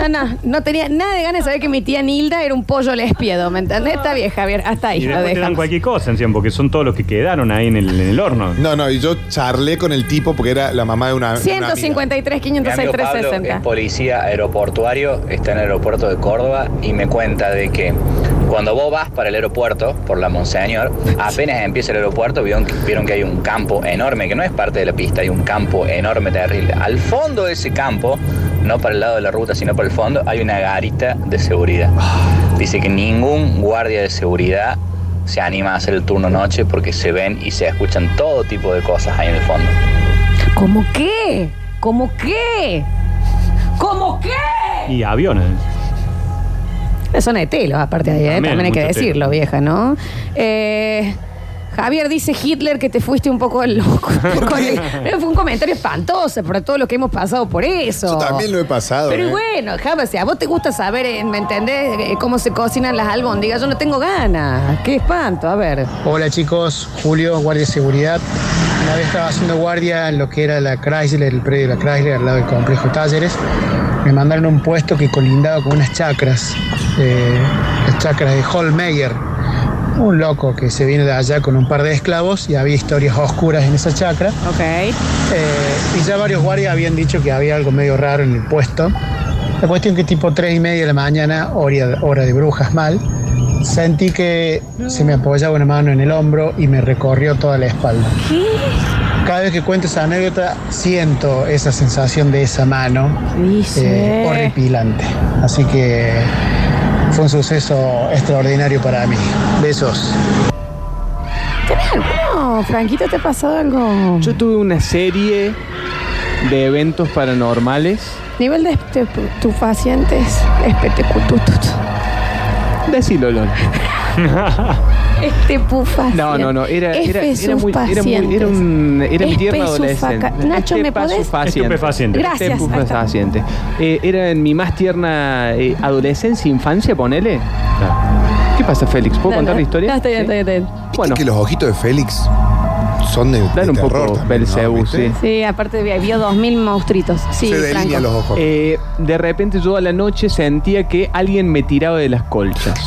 Speaker 3: No, no, no tenía nada de ganas de saber que mi tía Nilda era un pollo lespiedo, ¿me entendés? Está bien, Javier, hasta ahí
Speaker 1: Y
Speaker 3: lo
Speaker 1: después te dan
Speaker 3: dejamos.
Speaker 1: cualquier cosa encima, porque son todos los que quedaron ahí en el, en el horno.
Speaker 18: No, no, y yo charlé con el tipo porque era la mamá de una. una amiga.
Speaker 3: 153,
Speaker 15: Mi amigo
Speaker 3: 506,
Speaker 15: Pablo es
Speaker 3: 360.
Speaker 15: policía aeroportuario, está en el aeropuerto de Córdoba y me cuenta de que cuando vos vas para el aeropuerto, por la Monseñor, apenas empieza el aeropuerto, vieron, vieron que hay un campo enorme, que no es parte de la pista, hay un campo enorme, terrible. Al fondo de ese campo, no para el lado de la ruta, sino para el fondo, hay una garita de seguridad. Dice que ningún guardia de seguridad se anima a hacer el turno noche porque se ven y se escuchan todo tipo de cosas ahí en el fondo.
Speaker 1: eh,
Speaker 3: ¿Cómo qué? ¿Cómo qué? ¿Cómo qué?
Speaker 1: Y aviones.
Speaker 3: La zona de telos, aparte de ahí, ¿eh?
Speaker 1: También,
Speaker 3: también hay que
Speaker 1: mucho telo.
Speaker 3: decirlo, vieja, ¿no? Eh, Javier dice Hitler que te fuiste un poco loco. con el- Pero fue un comentario espantoso para todo lo que hemos pasado por eso.
Speaker 18: Yo también lo he pasado.
Speaker 3: Pero
Speaker 18: ¿eh?
Speaker 3: bueno, Java, si a vos te gusta saber, eh, ¿me entendés? Eh, Cómo se cocinan las albóndigas. Yo no tengo ganas. Qué espanto, a ver.
Speaker 21: Hola chicos, Julio, guardia de seguridad. Una vez estaba haciendo guardia en lo que era la Chrysler, el predio de la Chrysler, al lado del complejo Talleres. Me mandaron a un puesto que colindaba con unas chacras, eh, las chacras de Holmeyer. Un loco que se viene de allá con un par de esclavos y había historias oscuras en esa chacra. Eh,
Speaker 3: Ok.
Speaker 21: y ya varios guardias habían dicho que había algo medio raro en el puesto. La cuestión que tipo 3 y media de la mañana, hora, hora de brujas mal, sentí que se me apoyaba una mano en el hombro y me recorrió toda la espalda. Cada vez que cuento esa anécdota, siento esa sensación de esa mano eh, horripilante. Así que fue un suceso extraordinario para mí. Besos.
Speaker 3: No, Franquito, ¿te ha pasado algo?
Speaker 20: Yo tuve una serie de eventos paranormales.
Speaker 3: Nivel de este, tus pacientes.
Speaker 20: Decilo, Lon.
Speaker 3: Este pufa.
Speaker 20: No, no, no, era- era-
Speaker 3: Espe
Speaker 20: era muy- era muy- era
Speaker 3: sufacientes.
Speaker 20: un- era mi tierna
Speaker 3: Espesufaca-
Speaker 20: adolescente.
Speaker 3: Nacho, ¿me podés?
Speaker 20: Estupefaciente.
Speaker 3: Gracias.
Speaker 20: Estupefaciente. Eh, era en mi más tierna eh, adolescencia, infancia, ponele. ¿Qué pasa, Félix? ¿Puedo
Speaker 3: No,
Speaker 20: contar
Speaker 3: no.
Speaker 20: la historia?
Speaker 3: No, está bien,
Speaker 20: Sí.
Speaker 3: está bien, está bien.
Speaker 20: Bueno.
Speaker 18: Que los ojitos de Félix son de.
Speaker 20: Dan un poco Belcebú, sí.
Speaker 3: Sí, aparte vi- vio dos mil monstruitos. Sí, Franco.
Speaker 20: Eh, de repente yo a la noche sentía que alguien me tiraba de las colchas.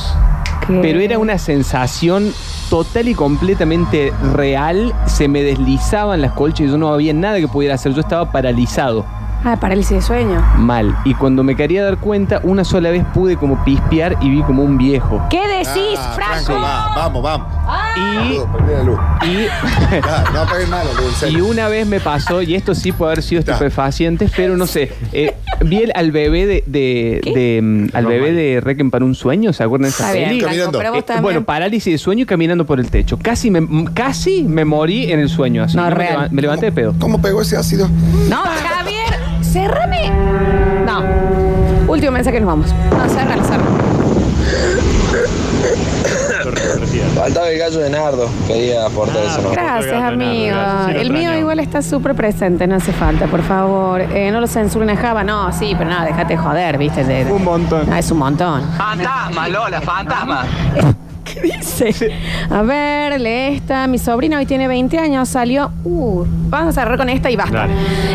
Speaker 3: ¿Qué?
Speaker 20: Pero era una sensación total y completamente real. Se me deslizaban las colchas y yo no había nada que pudiera hacer. Yo estaba paralizado.
Speaker 3: Ah, parálisis de sueño.
Speaker 20: Mal. Y cuando me quería dar cuenta, una sola vez pude como pispear y vi como un viejo.
Speaker 3: ¿Qué decís,
Speaker 20: Ah,
Speaker 3: Franco?
Speaker 18: va, vamos, vamos.
Speaker 20: Y. Y, y una vez me pasó, y esto sí puede haber sido estupefacientes, pero no sé. eh, vi el- al bebé de, de- de, mm, al bebé de Requiem para un sueño, ¿se acuerdan de esa
Speaker 3: Está bien,
Speaker 20: peli? Eh,
Speaker 3: Franco, Caminando. pero vos también.
Speaker 20: bueno, parálisis de sueño y caminando por el techo. Casi me, mm, casi me morí en el sueño. Así.
Speaker 3: No,
Speaker 20: me
Speaker 3: real.
Speaker 20: levan- Me, levanté de pedo.
Speaker 18: ¿Cómo pegó ese ácido?
Speaker 3: No, Javier, cerrame. No. Último mensaje, nos vamos. No, cerralo, cerralo.
Speaker 5: Faltaba el gallo de Nardo, quería aportar
Speaker 3: Ah,
Speaker 5: eso. ¿no?
Speaker 3: Gracias, amigo. El mío igual está súper presente, no hace falta, por favor. Eh, no lo censuren a Java, no, sí, pero no, déjate joder, viste. un montón. Ah, es un montón.
Speaker 5: Fantasma, Lola, fantasma.
Speaker 3: ¿Qué dice? A ver, lee esta. Mi sobrina hoy tiene 20 años, salió. Uh, vamos a cerrar con esta y basta.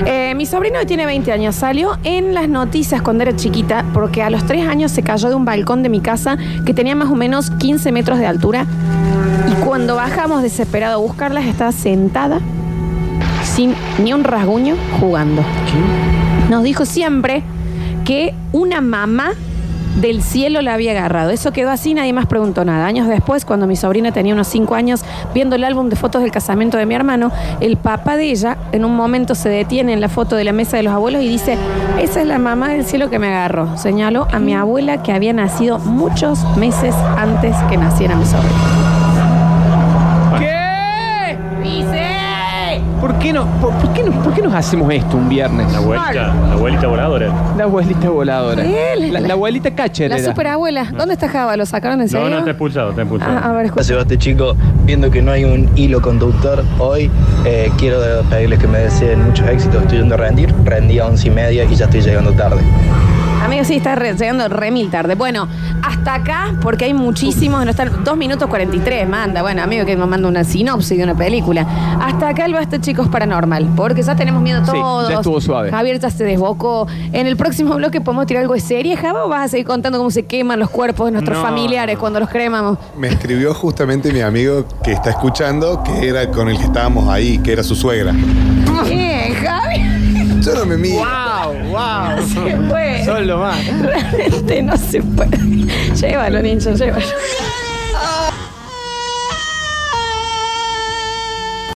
Speaker 3: Eh, mi sobrina hoy tiene 20 años, salió en las noticias cuando era chiquita porque a los 3 años se cayó de un balcón de mi casa que tenía más o menos 15 metros de altura. Y cuando bajamos desesperado a buscarlas, estaba sentada, sin ni un rasguño, jugando. Nos dijo siempre que una mamá del cielo la había agarrado. Eso quedó así, nadie más preguntó nada. Años después, cuando mi sobrina tenía unos 5 años, viendo el álbum de fotos del casamiento de mi hermano, el papá de ella en un momento se detiene en la foto de la mesa de los abuelos y dice, esa es la mamá del cielo que me agarró. Señaló a mi abuela que había nacido muchos meses antes que naciera mi sobrina. Eh,
Speaker 20: ¿Qué? ¿Por qué, no, por, por qué no, por qué nos hacemos esto un viernes? La
Speaker 3: abuelita-
Speaker 20: la abuelita voladora. La abuelita voladora.
Speaker 3: Sí,
Speaker 20: La, la abuelita catcher
Speaker 3: La
Speaker 20: era.
Speaker 3: superabuela. ¿Dónde está Java? ¿Lo sacaron en serio?
Speaker 1: expulsado, está
Speaker 3: expulsado. Ah, a ver, escucha.
Speaker 7: Gracias a este chico, viendo que no hay un hilo conductor hoy, eh, quiero pedirles que me deseen muchos éxitos. Estoy yendo a rendir, rendí a once y media y ya estoy llegando tarde.
Speaker 3: Amigo, sí, está re- llegando re mil tarde. Bueno, hasta acá, porque hay muchísimos, no están 2 minutos 43, manda. Bueno, amigo, que me manda una sinopsis de una película. Hasta acá el Basta Chicos Paranormal, porque ya tenemos miedo
Speaker 20: Sí,
Speaker 3: todos.
Speaker 20: ya estuvo suave.
Speaker 3: Javier ya se desbocó. En el próximo bloque podemos tirar algo de serie, Java, o vas a seguir contando cómo se queman los cuerpos de nuestros
Speaker 18: No.
Speaker 3: familiares cuando los cremamos.
Speaker 18: Me escribió justamente mi amigo que está escuchando, que era con el que estábamos ahí, que era su suegra.
Speaker 3: Bien, Javi.
Speaker 18: Yo no me miro.
Speaker 3: Wow, wow. No se puede.
Speaker 18: Son lo más.
Speaker 3: Realmente no se puede. Llévalo, ninja, llévalo.
Speaker 18: Ah.